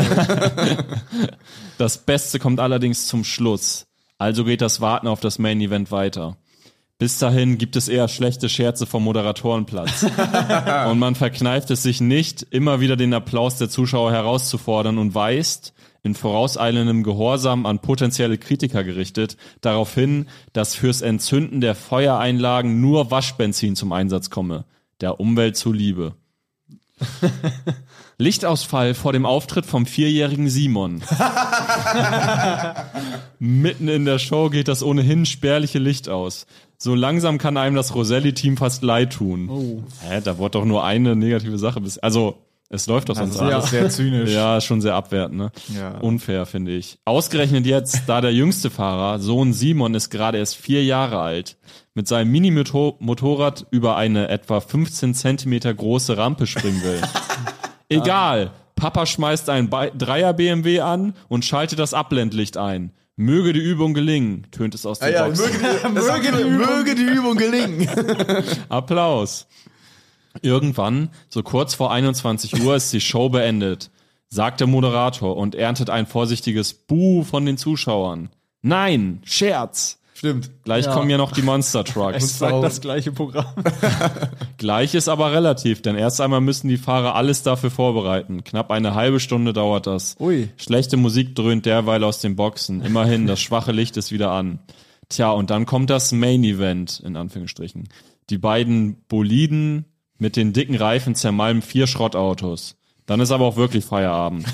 S3: Das Beste kommt allerdings zum Schluss. Also geht das Warten auf das Main Event weiter. Bis dahin gibt es eher schlechte Scherze vom Moderatorenplatz. und man verkneift es sich nicht, immer wieder den Applaus der Zuschauer herauszufordern und weist, in vorauseilendem Gehorsam an potenzielle Kritiker gerichtet, darauf hin, dass fürs Entzünden der Feuereinlagen nur Waschbenzin zum Einsatz komme. Der Umwelt zuliebe. Lichtausfall vor dem Auftritt vom vierjährigen Simon. Mitten in der Show geht das ohnehin spärliche Licht aus. So langsam kann einem das Roselli-Team fast leid tun.
S4: Oh.
S3: Hä, da wurde doch nur eine negative Sache. Bis also, es läuft doch sonst alles.
S4: sehr zynisch.
S3: Ja, ist schon sehr abwertend, ne?
S4: Ja.
S3: Unfair, finde ich. Ausgerechnet jetzt, da der jüngste Fahrer, Sohn Simon, ist gerade erst vier Jahre alt, mit seinem Mini-Motorrad über eine etwa 15 Zentimeter große Rampe springen will. Egal. Papa schmeißt einen Be- Dreier BMW an und schaltet das Abblendlicht ein. Möge die Übung gelingen, tönt es aus
S1: Ja,
S3: der
S1: ja,
S3: Box.
S1: möge, die, das sagt man, möge die Übung gelingen.
S3: Applaus. Irgendwann, so kurz vor 21 Uhr, ist die Show beendet, sagt der Moderator und erntet ein vorsichtiges Buh von den Zuschauern. Nein, Scherz.
S1: Stimmt.
S3: Gleich kommen ja noch die Monster Trucks.
S2: Sagt das gleiche Programm.
S3: Gleich ist aber relativ, denn erst einmal müssen die Fahrer alles dafür vorbereiten. Knapp eine halbe Stunde dauert das.
S2: Ui.
S3: Schlechte Musik dröhnt derweil aus den Boxen. Immerhin, das schwache Licht ist wieder an. Tja, und dann kommt das Main Event, in Anführungsstrichen. Die beiden Boliden mit den dicken Reifen zermalmen vier Schrottautos. Dann ist aber auch wirklich Feierabend.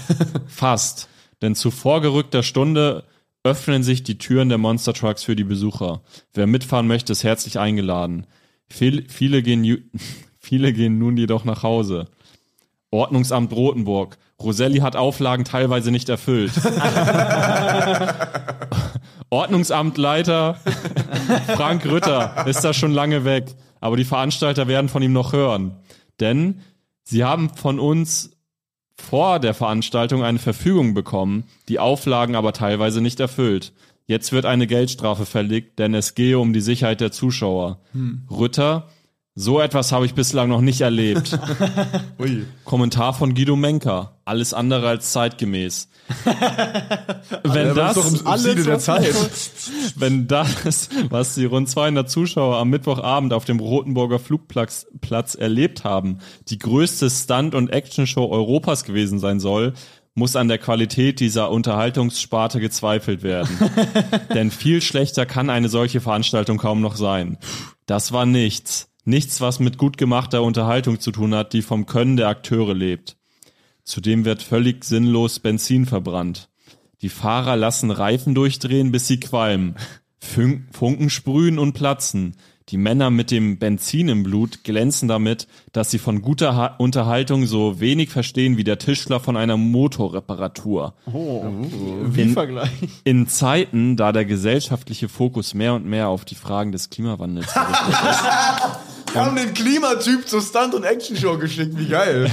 S3: Fast. Denn zu vorgerückter Stunde öffnen sich die Türen der Monster Trucks für die Besucher. Wer mitfahren möchte, ist herzlich eingeladen. Viel, viele, gehen, ju- viele gehen nun jedoch nach Hause. Ordnungsamt Rothenburg. Roselli hat Auflagen teilweise nicht erfüllt. Ordnungsamtleiter Frank Rütter ist da schon lange weg. Aber die Veranstalter werden von ihm noch hören. Denn sie haben von uns vor der Veranstaltung eine Verfügung bekommen, die Auflagen aber teilweise nicht erfüllt. Jetzt wird eine Geldstrafe verlegt, denn es gehe um die Sicherheit der Zuschauer.
S1: Hm.
S3: Rütter, so etwas habe ich bislang noch nicht erlebt.
S1: Ui.
S3: Kommentar von Guido Menker. Alles andere als zeitgemäß. wenn,
S1: Das ist
S3: das,
S1: doch im alles Sinne der Zeit.
S3: wenn das, was die rund 200 Zuschauer am Mittwochabend auf dem Rotenburger Flugplatz Platz erlebt haben, die größte Stunt- und Actionshow Europas gewesen sein soll, muss an der Qualität dieser Unterhaltungssparte gezweifelt werden. Denn viel schlechter kann eine solche Veranstaltung kaum noch sein. Das war nichts. Nichts, was mit gut gemachter Unterhaltung zu tun hat, die vom Können der Akteure lebt. Zudem wird völlig sinnlos Benzin verbrannt. Die Fahrer lassen Reifen durchdrehen, bis sie qualmen. Fün Funken sprühen und platzen. Die Männer mit dem Benzin im Blut glänzen damit, dass sie von guter ha Unterhaltung so wenig verstehen wie der Tischler von einer Motorreparatur.
S2: Wie Vergleich.
S3: In Zeiten, da der gesellschaftliche Fokus mehr und mehr auf die Fragen des Klimawandels gerichtet
S1: Wir haben den Klimatyp zur Stunt- und Action-Show geschickt. Wie geil.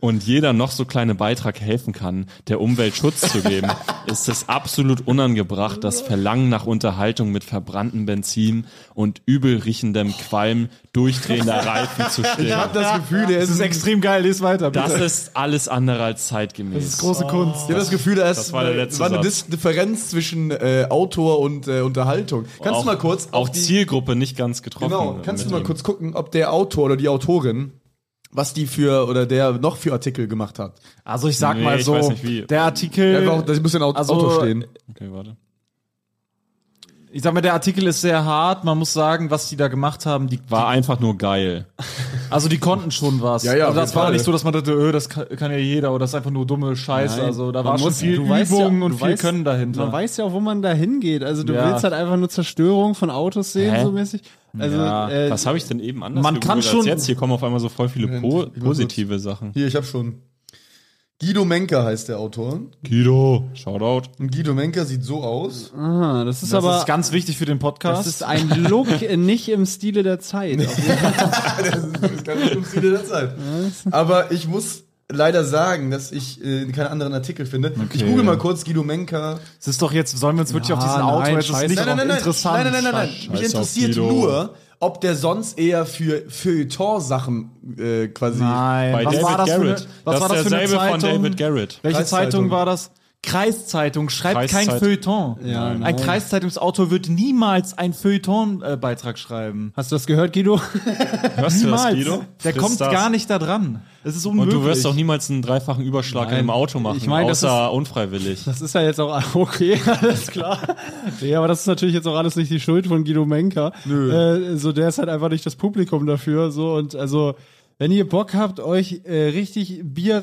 S3: und jeder noch so kleine Beitrag helfen kann, der Umwelt Schutz zu geben, ist es absolut unangebracht, das Verlangen nach Unterhaltung mit verbranntem Benzin und übel riechendem Qualm durchdrehender Reifen zu stillen.
S1: das Gefühl, der
S4: Das ist extrem geil, lies weiter.
S3: Das
S4: bitte.
S3: ist alles andere als zeitgemäß.
S4: große Kunst.
S1: Ich habe das Gefühl, da ist
S3: Ah. Das war der letzte
S1: war eine
S3: Satz.
S1: Dis Differenz zwischen äh, Autor und äh, Unterhaltung. Kannst
S3: auch,
S1: du mal kurz
S3: auch
S1: die-
S3: Zielgruppe nicht ganz getroffen.
S1: Genau, kannst du
S3: mit
S1: mal
S3: ihm.
S1: kurz gucken, ob der Autor oder die Autorin was die für oder der noch für Artikel gemacht hat.
S4: Also ich sag
S3: Nee,
S4: mal
S3: ich
S4: so,
S3: weiß nicht, wie.
S4: der Artikel,
S1: Also, Einfach, dass ich ein bisschen Auto,
S4: also,
S1: Auto stehen.
S3: Okay, warte.
S4: Ich sag mal, der Artikel ist sehr hart. Man muss sagen, was die da gemacht haben, die,
S3: War einfach nur geil.
S4: also die konnten schon was.
S1: Ja, ja,
S4: also
S1: auf
S4: das
S1: jeden
S4: war
S1: Fall.
S4: nicht so, dass man dachte, öh, das kann, kann ja jeder oder das ist einfach nur dumme Scheiße. also da
S2: Man
S4: war schon
S2: muss-
S4: viel
S2: du
S4: Übung
S2: weißt ja-
S4: und
S2: du
S4: viel
S2: weißt-
S4: Können dahinter.
S2: Man weiß ja auch, wo man da hingeht. Also du
S4: Ja.
S2: willst halt einfach nur Zerstörung von Autos sehen,
S3: Hä?
S2: so mäßig. Also,
S3: Ja,
S2: äh,
S3: was habe ich denn eben anders
S4: man
S3: gegoogelt
S4: kann
S3: als
S4: schon-
S3: jetzt? Hier kommen auf einmal so voll viele po
S1: Moment, ich muss
S3: positive Sachen.
S1: Hier, ich habe schon. Guido Menker heißt der Autor.
S3: Guido, Shoutout.
S1: Und Guido Menker sieht so aus.
S2: ah, das ist
S4: das
S2: aber
S4: ist ganz wichtig für den Podcast.
S2: das ist ein Look äh, nicht im Stile der Zeit.
S1: das ist das kann nicht um Ziele der Zeit. Aber ich muss leider sagen, dass ich äh, keinen anderen Artikel finde. Ich google mal kurz Guido Menker.
S4: Es ist doch jetzt, sollen wir uns wirklich auf diesen
S2: Ja,
S4: Auto
S2: nein,
S4: jetzt das ist
S2: scheiß
S4: nicht
S2: drauf.
S4: nein, nein, nein, interessant.
S1: Nein, nein, nein, nein. nein. Mich
S3: Scheiß auf
S1: interessiert
S3: Guido.
S1: nur, ob der sonst eher für Feuilleton-Sachen äh, quasi.
S4: Nein.
S3: Bei
S4: was
S3: David
S4: war das
S3: Garrett.
S4: für eine, was war das für eine
S3: derselbe
S4: Zeitung?
S3: von David Garrett.
S4: Welche
S1: Kreiszeitung.
S4: Zeitung war das? Kreiszeitung. Schreibt kein
S3: Kreiszeitung.
S4: Feuilleton.
S2: Ja, nein.
S4: ein Kreizeitungsautor wird niemals einen Feuilleton-Beitrag schreiben.
S2: Hast du das gehört, Guido?
S3: Hörst du das, Guido?
S4: Der
S3: Frisst
S4: kommt
S3: das.
S4: gar nicht da dran. Es ist
S3: Und
S4: unmöglich.
S3: du wirst auch niemals einen dreifachen Überschlag in einem Auto machen,
S2: Ich meine, das
S3: außer unfreiwillig.
S2: Das ist ja jetzt auch okay, alles klar. Nee, aber das ist natürlich jetzt auch alles nicht die Schuld von Guido Menker. Äh, so, der ist halt einfach nicht das Publikum dafür. So und also, wenn ihr Bock habt, euch äh, richtig Bier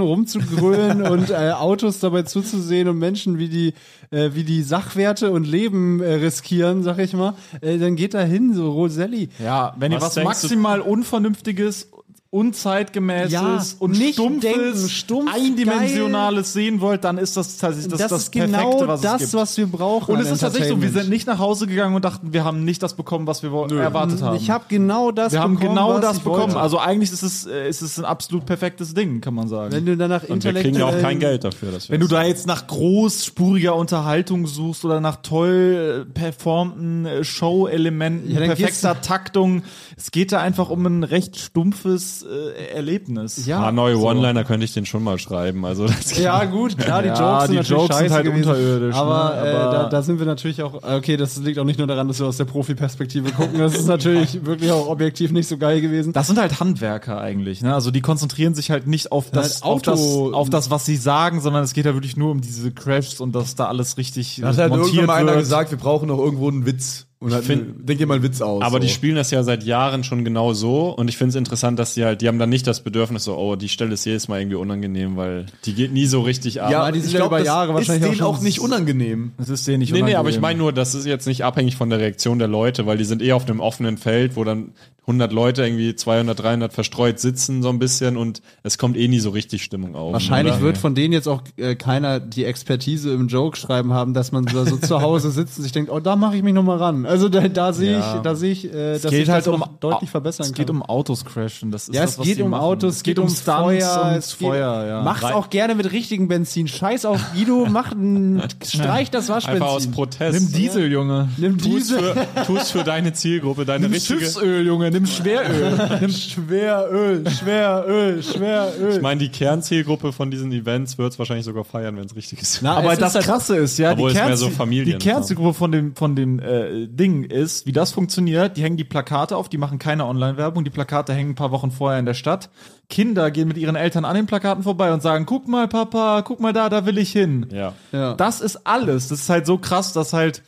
S2: rumzugrölen und äh, Autos dabei zuzusehen und Menschen wie die, äh, wie die Sachwerte und Leben äh, riskieren, sag ich mal, äh, dann geht da hin, so Roselli.
S4: ja, wenn ihr
S3: Was
S4: was,
S3: denkst du-
S4: maximal Unvernünftiges, Unzeitgemäßes
S2: Ja,
S4: und
S2: nicht
S4: Stumpfes,
S2: denken, stumpf,
S4: Eindimensionales sehen wollt, dann ist das tatsächlich das,
S2: das,
S4: das
S2: ist genau
S4: Perfekte, was es
S2: das,
S4: gibt.
S2: was wir brauchen.
S4: Und
S2: an
S4: es ist tatsächlich so, wir
S2: Entertainment.
S4: sind nicht nach Hause gegangen und dachten, wir haben nicht das bekommen, was wir wo- erwartet haben.
S2: Ich habe genau das
S4: wir haben
S2: bekommen,
S4: genau
S2: was
S4: das
S2: ich
S4: bekommen.
S2: wollte.
S4: Also eigentlich ist es, äh, ist es ein absolut perfektes Ding, kann man sagen.
S2: Wenn du danach
S3: Und wir kriegen
S2: intellektuell
S3: ja auch kein Geld dafür. Dass wir
S4: Wenn du da jetzt nach großspuriger Unterhaltung suchst oder nach toll äh, performten äh, Show-Elementen,
S2: Ja, dann
S4: perfekter Taktung, es geht da einfach um ein recht stumpfes äh, Erlebnis.
S3: ein
S2: Ja,
S3: paar Ah, neue One-Liner könnte ich den schon mal schreiben. Also das
S2: ja gut, klar, die
S4: Ja,
S2: Jokes sind
S4: die
S2: natürlich
S4: Jokes sind
S2: scheiße
S4: halt
S2: gewesen,
S4: unterirdisch, ne?
S2: Aber, äh,
S4: Aber-
S2: da, da sind wir natürlich auch, äh, okay, das liegt auch nicht nur daran, dass wir aus der Profi-Perspektive gucken. Das ist natürlich wirklich auch objektiv nicht so geil gewesen.
S4: Das sind halt Handwerker eigentlich, ne? Also die konzentrieren sich halt nicht auf das,
S2: halt
S4: auf das,
S2: Auto-
S4: auf das, was sie sagen, sondern es geht ja wirklich nur um diese Crashs und dass da alles richtig
S1: Da hat
S4: äh,
S1: halt irgendwann
S4: montiert
S1: mal einer
S4: wird.
S1: gesagt, wir brauchen noch irgendwo einen Witz. Und hat,
S3: find-
S1: denk dir mal einen Witz aus.
S3: Aber
S1: so.
S3: die spielen das ja seit Jahren schon genau so und ich finde es interessant, dass sie halt, die haben dann nicht das Bedürfnis so, oh, die Stelle ist jedes Mal irgendwie unangenehm, weil die geht nie so richtig ab.
S1: ja,
S2: aber die
S1: ich
S2: sind ja über
S1: das
S2: Jahre
S1: ist
S2: wahrscheinlich auch
S1: denen
S2: schon-
S1: auch nicht unangenehm.
S4: Das ist denen nicht
S3: nee, nee,
S4: unangenehm.
S3: aber ich meine nur, das ist jetzt nicht abhängig von der Reaktion der Leute, weil die sind eh auf einem offenen Feld, wo dann 100 Leute irgendwie 200, 300 verstreut sitzen so ein bisschen und es kommt eh nie so richtig Stimmung auf.
S2: Wahrscheinlich
S3: oder?
S2: wird von denen jetzt auch äh, keiner die Expertise im Joke schreiben haben, dass man so, so zu Hause sitzt und sich denkt, oh, da mache ich mich nochmal ran. Also da, da sehe ich, da sehe ich, äh, dass
S4: geht
S2: ich
S4: halt
S2: das
S4: um-
S2: noch deutlich verbessern
S4: Es
S2: kann.
S4: geht um Autos crashen, das ist
S2: Ja,
S4: das,
S2: es
S4: was
S2: geht
S4: die
S2: um
S4: machen.
S2: Autos, es geht, um Feuer,
S4: und
S2: es geht,
S4: Feuer, ja.
S2: Mach's auch gerne mit richtigem Benzin. Scheiß auf Guido, mach n- streich das Waschbenzin.
S3: einfach aus Protest.
S2: ne?
S4: Nimm Diesel, Junge.
S2: Nimm
S3: Tust
S2: diese
S3: für, tust für deine Zielgruppe, deine richtige.
S4: Junge, nimm Schweröl.
S2: nimm Schweröl, Schweröl, Schweröl.
S3: Ich meine, die Kernzielgruppe von diesen Events wird es wahrscheinlich sogar feiern, wenn es richtig ist.
S2: Na,
S4: Aber
S2: es
S4: das
S2: ist halt,
S4: Krasse ist, ja,
S3: Obwohl
S4: die,
S3: es mehr
S4: Kernzie-
S3: so Familien-
S4: die Kernzielgruppe von dem, von dem äh, Ding ist, wie das funktioniert, die hängen die Plakate auf, die machen keine Online-Werbung, die Plakate hängen ein paar Wochen vorher in der Stadt. Kinder gehen mit ihren Eltern an den Plakaten vorbei und sagen, guck mal, Papa, guck mal da, da will ich hin.
S3: Ja.
S2: ja.
S4: Das ist alles. Das ist halt so krass, dass halt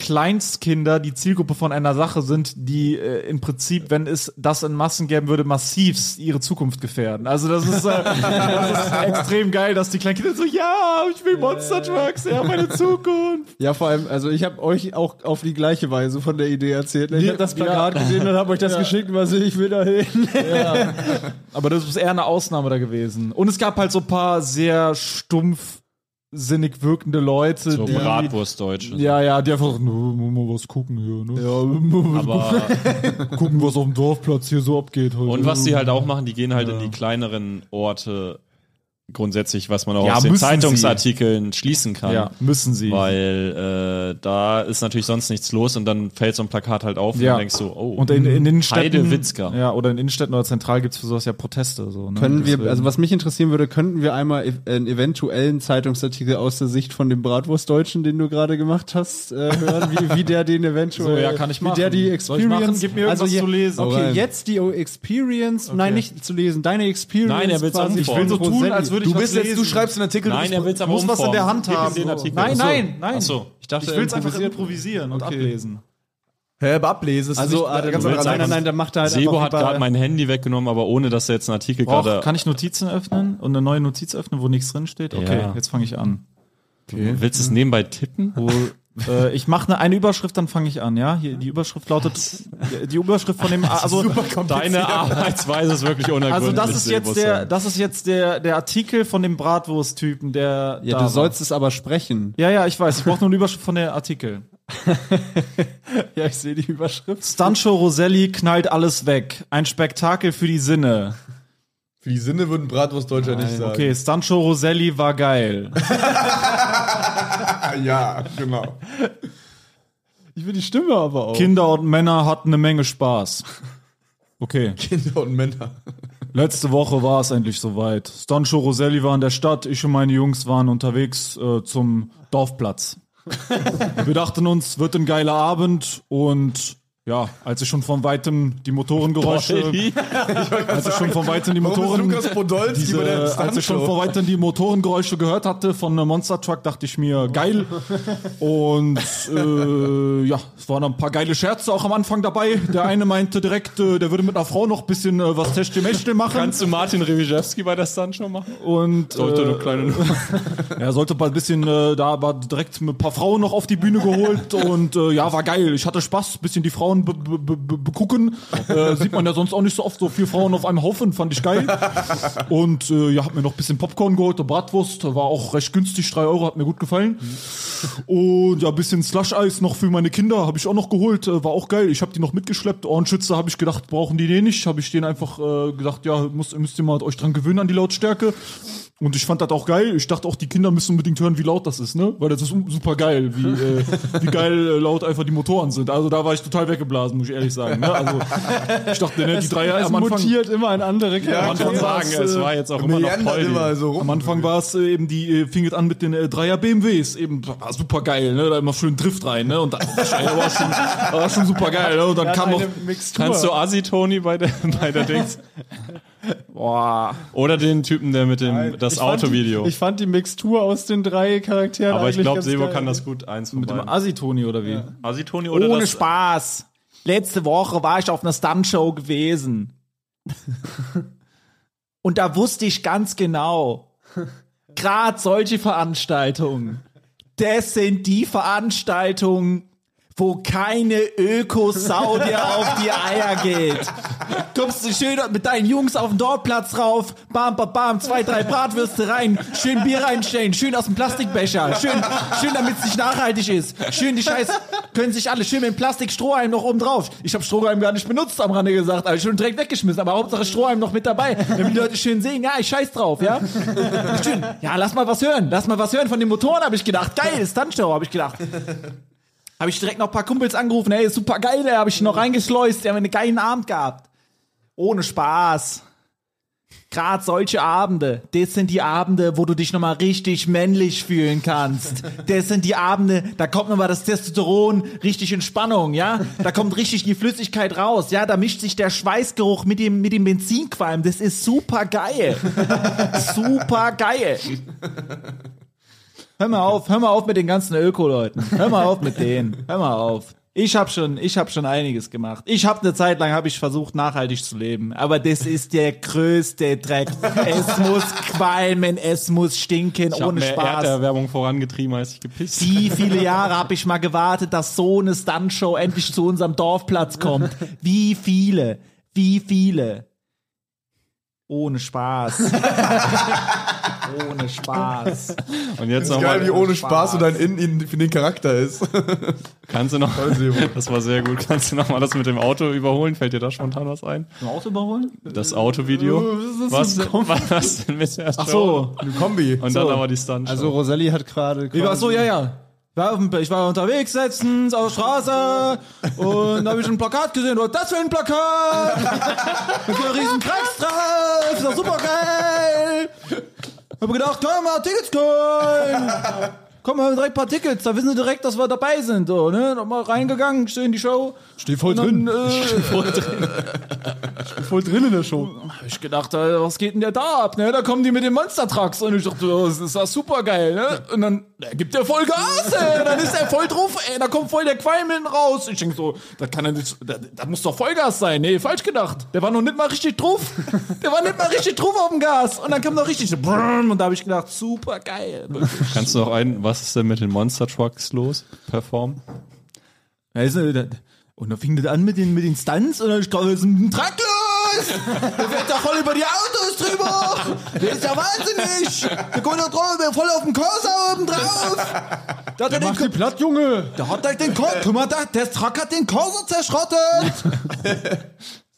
S4: Kleinstkinder die Zielgruppe von einer Sache sind, die äh, im Prinzip, wenn es das in Massen geben würde, massivst ihre Zukunft gefährden. Also das ist, äh, das ist extrem geil, dass die Kleinkinder so, ja, ich will Monster Trucks, ja, meine Zukunft.
S2: ja, vor allem, also ich habe euch auch auf die gleiche Weise von der Idee erzählt. Ich habe das Plakat gesehen und habe euch das geschickt, was ich will da hin.
S4: Aber das ist eher eine Ausnahme da gewesen. Und es gab halt so ein paar sehr stumpfsinnig wirkende Leute,
S3: So
S4: die,
S3: Bratwurstdeutsche.
S4: ja, ja, die einfach, ne, mal was gucken hier, ne? Ja,
S3: Aber
S4: gucken, was auf dem Dorfplatz hier so abgeht. Heute.
S3: Und was die halt auch machen, die gehen halt in die kleineren Orte grundsätzlich, was man auch
S4: Ja,
S3: aus den
S4: müssen sie.
S3: Zeitungsartikeln schließen kann.
S4: Ja, müssen sie.
S3: Weil äh, da ist natürlich sonst nichts los und dann fällt so ein Plakat halt auf
S4: Ja.
S3: und denkst so, oh,
S4: Und in, in Innenstädten.
S3: Heidewitzka.
S4: Ja, oder in Innenstädten oder zentral gibt's für sowas ja Proteste. So, ne?
S2: Können wir,
S4: Deswegen.
S2: also was mich interessieren würde, könnten wir einmal ev- einen eventuellen Zeitungsartikel aus der Sicht von dem Bratwurstdeutschen, den du gerade gemacht hast, äh, hören, wie, wie der den eventuell,
S4: So, ja, kann ich
S2: wie der
S4: machen.
S2: die
S4: Soll ich machen?
S2: Experience, Also
S4: Gib mir irgendwas
S2: je-
S4: zu lesen.
S2: Okay,
S4: Rein.
S2: jetzt die O- Experience, nein, nicht zu lesen, deine Experience.
S3: Nein, er will's
S2: quasi
S3: antworten. Ich will so
S2: von
S4: tun,
S2: Roselli.
S4: als würde ich
S1: Du
S4: was
S1: bist jetzt, du
S4: lesen.
S1: schreibst einen Artikel. du
S3: nein,
S1: bist-
S3: er will's aber
S4: muss was in der
S3: umformen.
S4: Hand
S3: Gib ihm
S4: haben.
S3: Den
S4: So.
S3: Artikel.
S4: Nein,
S3: Ach so.
S4: nein, nein.
S3: Ach so.
S2: Ich dachte,
S4: Ich will es einfach
S2: improvisiert.
S4: improvisieren und
S2: Okay.
S4: ablesen.
S1: Hä, aber ablesen ist
S2: Also, ah,
S1: nicht,
S2: dann- nein, nein, nein, da macht er halt
S3: Sebo
S2: einfach
S3: hat
S2: wie bei-
S3: gerade mein Handy weggenommen, aber ohne, dass er jetzt einen Artikel
S4: Brauch,
S3: gerade.
S4: kann ich Notizen öffnen und eine neue Notiz öffnen, wo nichts drin steht? Okay,
S3: Ja.
S4: jetzt fange ich an.
S3: Willst du es nebenbei tippen?
S4: Wo, äh, ich mache eine, eine Überschrift, dann fange ich an, ja? Hier, die Überschrift lautet, die Überschrift von dem, also,
S3: Deine Arbeitsweise ist wirklich unergründlich.
S4: also das ist
S3: Sebo
S4: jetzt der,
S3: Sam.
S4: das ist jetzt der, der Artikel von dem Bratwurst-Typen, der,
S2: Ja,
S4: da
S2: du
S4: war.
S2: sollst es aber sprechen.
S4: ja, ja, ich weiß, ich brauche nur eine Überschrift von der Artikel.
S2: Ja, ich sehe die Überschrift.
S4: Stancho Roselli knallt alles weg. Ein Spektakel für die Sinne.
S1: Für die Sinne würden Bratwurstdeutscher nicht sagen.
S4: Okay, Stancho Roselli war geil.
S1: Ah, ja, genau.
S2: Ich will die Stimme aber auch.
S4: Kinder und Männer hatten eine Menge Spaß. Okay.
S1: Kinder und Männer.
S4: Letzte Woche war es endlich soweit. Stancho Roselli war in der Stadt, ich und meine Jungs waren unterwegs äh, zum Dorfplatz. Wir dachten uns, wird ein geiler Abend und ja, als ich schon von weitem die Motorengeräusche, als ich schon von weitem die Motoren,
S1: Podolski
S4: diese, als ich schon von weitem die Motorengeräusche gehört hatte von einem Monster Truck, dachte ich mir, geil. Und äh, ja, es waren ein paar geile Scherze auch am Anfang dabei. Der eine meinte direkt, äh, der würde mit einer Frau noch ein bisschen äh, was Testimechtel machen.
S3: Kannst du Martin Rewizewski bei der Sancho machen?
S4: Und
S3: Sollte
S4: äh,
S3: eine kleine
S4: er sollte mal ein bisschen, äh, da war direkt ein paar Frauen noch auf die Bühne geholt und äh, ja, war geil. Ich hatte Spaß, ein bisschen die Frauen be- be- be- be- begucken. Äh, sieht man ja sonst auch nicht so oft so viele Frauen auf einem Haufen, fand ich geil. Und äh, ja, hab mir noch ein bisschen Popcorn geholt, eine Bratwurst, war auch recht günstig, 3 Euro, hat mir gut gefallen. Und ja, ein bisschen Slush-Eis noch für meine Kinder habe ich auch noch geholt, äh, war auch geil. Ich habe die noch mitgeschleppt. Ohrenschützer habe ich gedacht, brauchen die den nicht. Habe ich denen einfach äh, gesagt, ja, muss, müsst ihr mal euch dran gewöhnen an die Lautstärke. Und ich fand das auch geil. Ich dachte auch, die Kinder müssen unbedingt hören, wie laut das ist, ne? Weil das ist super geil, wie, äh, wie geil äh, laut einfach die Motoren sind. Also da war ich total weggeblasen, muss ich ehrlich sagen. Ne? Also ich dachte, ne, die Dreier am Anfang.
S2: mutiert immer ein andere Kerl.
S3: Man kann sagen,
S2: äh,
S3: es
S4: äh,
S3: war jetzt auch immer noch
S1: Meandert
S3: Poldi.
S1: immer so
S4: Am
S1: rum.
S4: Anfang war es äh, eben die, äh, fing es an mit den äh, Dreier BMWs, eben war super geil, ne? Da immer schön Drift rein, ne? Und da da war schon, da war schon super geil, ne? Und dann kam noch. ah,
S2: Mixtur.
S3: Kannst du Asi Toni bei der, bei der Dings?
S4: Boah.
S3: Oder den Typen, der mit dem das
S2: Ich fand
S3: Autovideo.
S2: Die, ich fand die Mixtur aus den drei Charakteren
S3: Aber ich
S2: eigentlich
S3: glaube,
S2: ganz
S3: Sebo
S2: geil.
S3: kann das gut eins von
S4: Mit dem
S3: beiden.
S4: Asitoni oder wie?
S3: Asi Toni oder das
S4: Spaß. Letzte Woche war ich auf einer Stuntshow gewesen. Und da wusste ich ganz genau, gerade solche Veranstaltungen, das sind die Veranstaltungen, wo keine Öko-Sau dir auf die Eier geht. Kommst du schön mit deinen Jungs auf den Dorfplatz rauf, bam, bam, bam, zwei, drei Bratwürste rein, schön Bier reinstellen, schön aus dem Plastikbecher, schön, schön, damit es nicht nachhaltig ist, schön die Scheiß, können sich alle schön mit dem Plastikstrohhalm noch oben drauf. Ich habe Strohhalm gar nicht benutzt, am Rande gesagt, aber schon direkt weggeschmissen, aber Hauptsache Strohhalm noch mit dabei, damit die Leute schön sehen, ja, ich scheiß drauf, ja. Schön, ja, lass mal was hören, lass mal was hören von den Motoren, habe ich gedacht, geil, Stuntshow, habe ich gedacht. Habe ich direkt noch ein paar Kumpels angerufen, ey, super geil, ey, habe ich noch reingeschleust, die haben einen geilen Abend gehabt. Ohne Spaß. Gerade solche Abende, das sind die Abende, wo du dich nochmal richtig männlich fühlen kannst. Das sind die Abende, da kommt nochmal das Testosteron richtig in Spannung, ja? Da kommt richtig die Flüssigkeit raus, ja? Da mischt sich der Schweißgeruch mit dem, mit dem Benzinqualm. Das ist super geil. super geil. Hör mal auf, hör mal auf mit den ganzen Öko-Leuten. Hör mal auf mit denen. Hör mal auf. Ich habe schon, ich habe schon einiges gemacht. Ich habe eine Zeit lang habe ich versucht nachhaltig zu leben, aber das ist der größte Dreck. Es muss qualmen, es muss stinken,
S3: Ich hab
S4: ohne
S3: mehr
S4: Spaß.
S3: Erderwärmung vorangetrieben, als ich gepisst
S4: Wie viele Jahre habe ich mal gewartet, dass so eine Stuntshow endlich zu unserem Dorfplatz kommt? Wie viele? Wie viele? Ohne Spaß. Ohne Spaß.
S3: Und jetzt
S1: Ist geil, wie
S3: nochmal.
S1: ohne Spaß und dein Innen in, in den Charakter ist.
S3: Kannst du noch.
S1: Sebo.
S3: Das war sehr gut. Kannst du nochmal das mit dem Auto überholen? Fällt dir da spontan was ein?
S4: Auto überholen?
S3: Das Autovideo. Was, was, was denn mit der Show?
S4: Ach so,
S1: Eine Kombi.
S3: Und dann aber die Stunt.
S2: Also Rosalie hat gerade
S4: Ich war so, ja, ja. War auf dem- Ich war unterwegs letztens auf der Straße und da habe ich ein Plakat gesehen. Was ist das für ein Plakat? Mit einem riesen Krax drauf. Ist doch super geil. Hab gedacht, können wir Tickets kaufen.
S2: komm, haben wir direkt ein paar Tickets, da wissen sie direkt, dass wir dabei sind. So, ne? Nochmal reingegangen, schön die Show.
S5: Steh voll
S2: Und,
S5: drin.
S2: äh,
S5: Voll drin in der Show.
S2: hab ich gedacht, Alter, was geht denn der da ab? Ne? Da kommen die mit den Monster-Trucks. Und ich dachte, oh, das ist das super geil. Ne? Und dann da gibt der voll Gas, ey. Dann ist er voll drauf, ey. Da kommt voll der Qualm hinten raus. Ich denk so, das kann ja nicht, das, das muss doch Vollgas sein. Nee, falsch gedacht. Der war noch nicht mal richtig drauf. Der war nicht mal richtig drauf auf dem Gas. Und dann kam noch richtig so, brrrm. und da habe ich gedacht, super geil.
S3: Kannst du noch einen, was ist denn mit den Monster Trucks los? Perform?
S2: Und dann fing das an mit den, mit den Stunts und dann ich glaube, das ist ein Truck los! Der fährt da voll über die Autos drüber! Der ist ja wahnsinnig! Der kommt da drauf, der voll auf dem Corsa oben drauf! Der hat, der den,
S5: Mach die platt, Junge.
S2: der hat halt den Corsa, guck mal, da, der Truck hat den Corsa zerschrottet!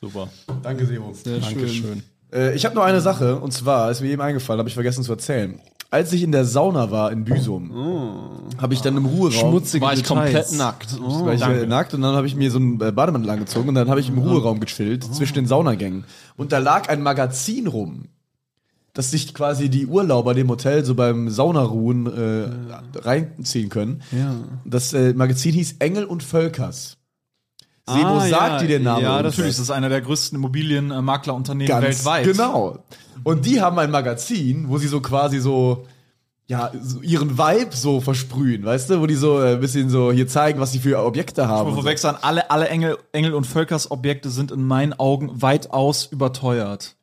S3: Super.
S1: Danke, Sebo.
S3: Dankeschön.
S1: Äh, ich habe nur eine Sache, und zwar ist mir eben eingefallen, habe ich vergessen zu erzählen. Als ich in der Sauna war in Büsum, habe ich dann im Ruheraum
S5: Schmutzige
S3: War ich komplett
S5: Details.
S3: nackt.
S1: war ich äh, nackt und dann habe ich mir so einen äh, Bademantel angezogen und dann habe ich
S5: Mhm.
S1: im Ruheraum gechillt
S5: Oh.
S1: zwischen den Saunagängen und da lag ein Magazin rum, dass sich quasi die Urlauber dem Hotel so beim Saunaruhen äh, reinziehen können. Das äh, Magazin hieß Engel und Völkers. Sebo
S5: Ah,
S1: sagt
S5: ja.
S1: dir den Namen.
S5: Ja,
S1: irgendwas.
S5: natürlich,
S2: ist einer der größten Immobilienmaklerunternehmen
S1: Ganz Genau. Und die haben ein Magazin, wo sie so quasi so ja, so ihren Vibe so versprühen, weißt du, wo die so äh, ein bisschen so hier zeigen, was sie für Objekte haben.
S2: Ich
S1: und
S2: muss
S1: so.
S2: vorweg sagen, alle, alle Engel, Engel und Völkers Objekte sind in meinen Augen weitaus überteuert.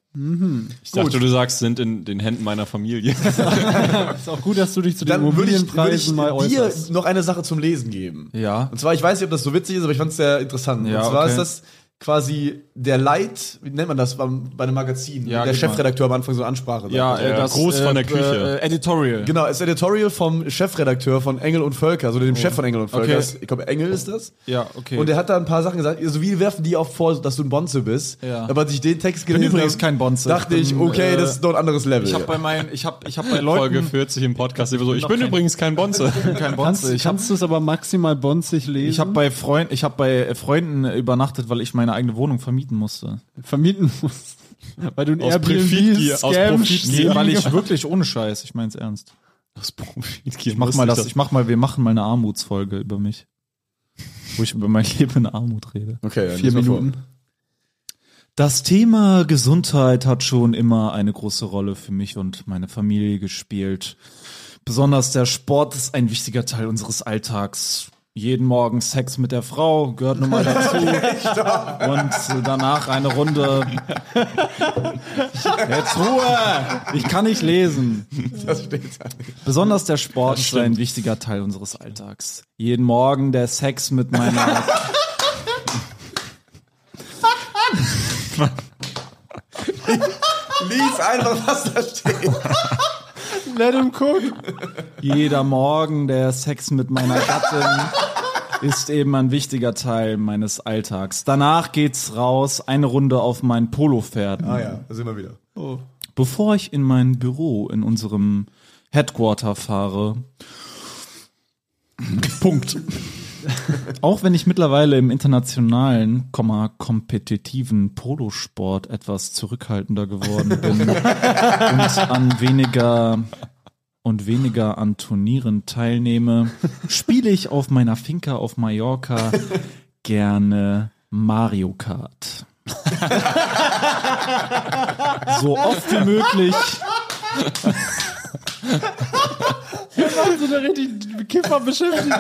S3: Ich dachte, du sagst, sind in den Händen meiner Familie.
S5: Ist auch gut, dass du dich zu den
S1: Dann würde ich, würde ich
S5: Immobilienpreisen mal
S1: dir
S5: äußerst.
S1: noch eine Sache zum Lesen geben.
S2: Ja.
S1: Und zwar, ich weiß nicht, ob das so witzig ist, aber ich fand es sehr interessant.
S2: Ja,
S1: und zwar
S2: okay.
S1: ist das quasi der Leit, wie nennt man das beim, bei einem Magazin,
S2: Ja, genau.
S1: der
S2: gib mal.
S1: Chefredakteur am Anfang so eine Ansprache. sagt.
S3: äh, das, Gruß von der Küche.
S2: Äh, Editorial.
S1: Genau, das Editorial vom Chefredakteur von Engel und Völker, also dem Chef von Engel und Völker.
S2: Oh. Okay.
S1: Ich glaube, Engel ist das.
S2: Ja, okay.
S1: Und er hat da ein paar Sachen gesagt, so wie werfen die auch vor, dass du ein Bonze bist.
S2: Ja.
S1: Aber als ich den Text gelesen
S2: übrigens
S1: habe,
S2: kein Bonze.
S1: dachte
S2: Ich
S1: ich,
S2: bin,
S1: okay,
S2: äh,
S1: das ist doch ein anderes Level.
S2: Ich habe bei meinen, ich habe, ich habe bei
S3: Folge
S2: Leuten
S3: 40 im Podcast. Ich, so, ich bin übrigens kein Bonze.
S2: kein
S5: Kannst,
S2: Bonze. Ich habe
S5: kannst du es aber maximal bonzig lesen?
S2: ich hab bei Freund, ich habe bei äh, Freunden übernachtet, weil ich meine eigene Wohnung vermieten musste.
S5: vermieten musst. Weil du ein
S3: äh, Aus Profitgier, aus Profitgier.
S5: Airbnb-Scam
S2: Nee, weil ich wirklich ohne Scheiß, ich mein's ernst.
S3: Ich
S2: Ich mach mal das, ich mach mal, wir machen mal eine Armutsfolge über mich. Wo ich über mein Leben in Armut rede.
S1: okay,
S5: Vier Minuten.
S2: Das Thema Gesundheit hat schon immer eine große Rolle für mich und meine Familie gespielt. Besonders der Sport ist ein wichtiger Teil unseres Alltags. Jeden Morgen Sex mit der Frau gehört nun mal dazu. und danach eine Runde. Jetzt Ruhe! Ich kann nicht lesen.
S1: Das steht da nicht.
S2: Besonders der Sport ist ein wichtiger Teil unseres Alltags. Jeden Morgen der Sex mit meiner.
S1: Lies einfach, was da steht.
S5: Let him cook.
S2: Jeder Morgen der Sex mit meiner Gattin ist eben ein wichtiger Teil meines Alltags. Danach geht's raus, eine Runde auf mein Polo-Pferd.
S1: Ah ja, da sind wir wieder.
S2: Oh. Bevor ich in mein Büro in unserem Headquarter fahre. Punkt. Auch wenn ich mittlerweile im internationalen, Komma, kompetitiven Polosport etwas zurückhaltender geworden bin und an weniger und weniger an Turnieren teilnehme, spiele ich auf meiner Finca auf Mallorca gerne Mario Kart. So oft wie möglich.
S5: So eine richtig Kiffer beschäftigt.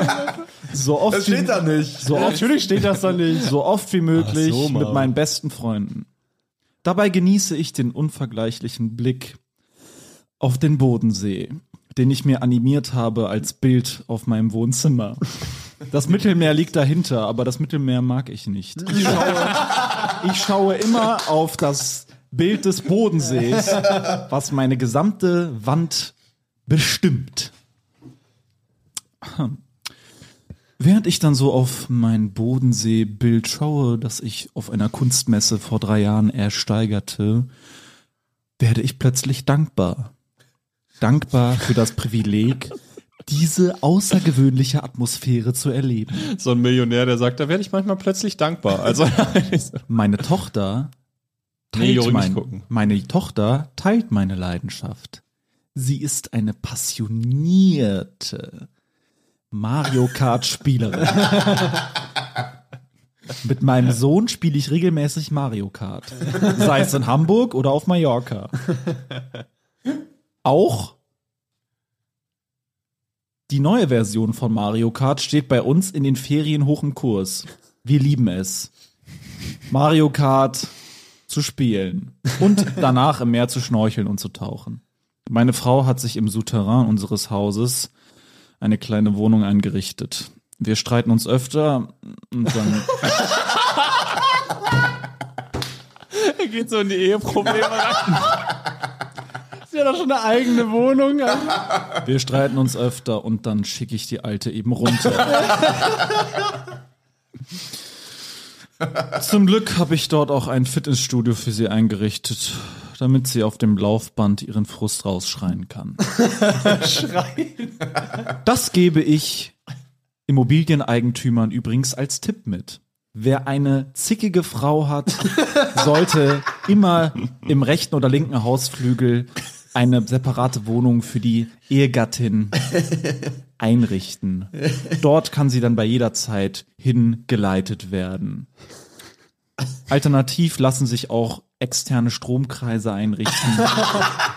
S2: So oft
S1: Das steht
S2: wie,
S1: da nicht.
S2: so oft
S5: Natürlich steht das da nicht.
S2: so oft wie möglich
S3: Ach so, Mann.
S2: mit meinen besten Freunden. Dabei genieße ich den unvergleichlichen Blick auf den Bodensee, den ich mir animiert habe als Bild auf meinem Wohnzimmer. Das Mittelmeer liegt dahinter, aber das Mittelmeer mag ich nicht. Ich schaue, ich schaue immer auf das Bild des Bodensees, was meine gesamte Wand bestimmt. Während ich dann so auf mein Bodenseebild schaue, das ich auf einer Kunstmesse vor drei Jahren ersteigerte, werde ich plötzlich dankbar. Dankbar für das Privileg, diese außergewöhnliche Atmosphäre zu erleben.
S3: so ein Millionär, der sagt, da werde ich manchmal plötzlich dankbar. Also
S2: Meine Tochter
S3: Nee,
S2: teilt
S3: Juri, nicht
S2: mein,
S3: gucken.
S2: meine Tochter teilt meine Leidenschaft.
S4: Sie ist eine passionierte Mario Kart-Spielerin. Mit meinem Sohn spiele ich regelmäßig Mario Kart. Sei es in Hamburg oder auf Mallorca. Auch die neue Version von Mario Kart steht bei uns in den Ferien hoch im Kurs. Wir lieben es. Mario Kart zu spielen und danach im Meer zu schnorcheln und zu tauchen. Meine Frau hat sich im Souterrain unseres Hauses eine kleine Wohnung eingerichtet. Wir streiten uns öfter und dann
S3: Er geht so in die Eheprobleme rein.
S2: Ist ja doch schon eine eigene Wohnung. Alter.
S4: wir streiten uns öfter und dann schicke ich die alte eben runter. Zum Glück habe ich dort auch ein Fitnessstudio für sie eingerichtet, damit sie auf dem Laufband ihren Frust rausschreien kann. Das gebe ich Immobilieneigentümern übrigens als Tipp mit. Wer eine zickige Frau hat, sollte immer im rechten oder linken Hausflügel eine separate Wohnung für die Ehegattin einrichten. Dort kann sie dann bei jeder Zeit hingeleitet werden. Alternativ lassen sich auch externe Stromkreise einrichten,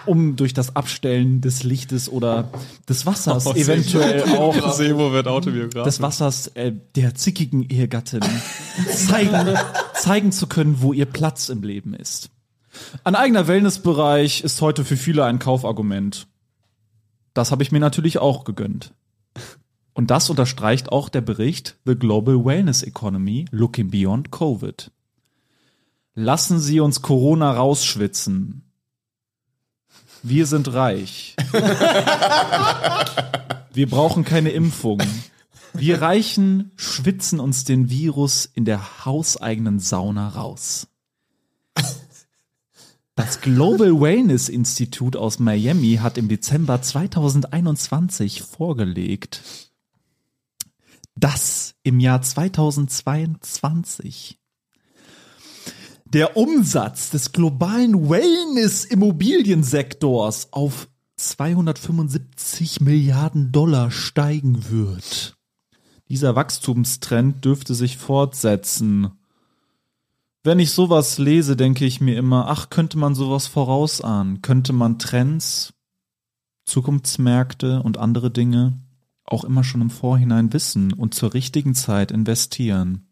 S4: um durch das Abstellen des Lichtes oder des Wassers eventuell auch
S3: Sebo wird autobiografisch.
S4: des Wassers äh, der zickigen Ehegattin zeigen, zeigen zu können, wo ihr Platz im Leben ist. Ein eigener Wellnessbereich ist heute für viele ein Kaufargument. Das habe ich mir natürlich auch gegönnt. Und das unterstreicht auch der Bericht The Global Wellness Economy Looking Beyond Covid. Lassen Sie uns Corona rausschwitzen. Wir sind reich. Wir brauchen keine Impfung. Wir Reichen schwitzen uns den Virus in der hauseigenen Sauna raus. Das Global Wellness Institute aus Miami hat im Dezember 2021 vorgelegt, dass im Jahr 2022 der Umsatz des globalen Wellness-Immobiliensektors auf 275 Milliarden Dollar steigen wird. Dieser Wachstumstrend dürfte sich fortsetzen. Wenn ich sowas lese, denke ich mir immer, ach, könnte man sowas vorausahnen? Könnte man Trends, Zukunftsmärkte und andere Dinge auch immer schon im Vorhinein wissen und zur richtigen Zeit investieren?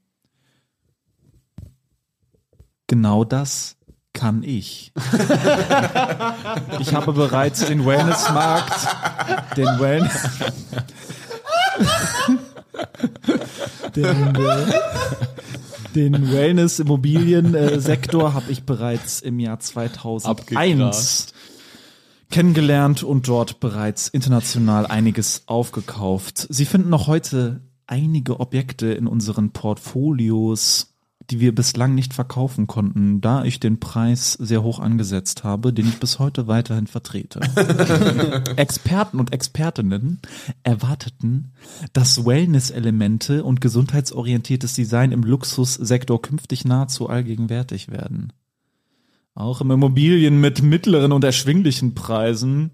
S4: Genau das kann ich. ich habe bereits den Wellnessmarkt, den Wellness, den, äh, den Wellness-Immobiliensektor habe ich bereits im Jahr 2001
S3: Abgegrast.
S4: kennengelernt und dort bereits international einiges aufgekauft. Sie finden noch heute einige Objekte in unseren Portfolios, die wir bislang nicht verkaufen konnten, da ich den Preis sehr hoch angesetzt habe, den ich bis heute weiterhin vertrete. Experten und Expertinnen erwarteten, dass Wellness-Elemente und gesundheitsorientiertes Design im Luxussektor künftig nahezu allgegenwärtig werden. Auch im Immobilien mit mittleren und erschwinglichen Preisen,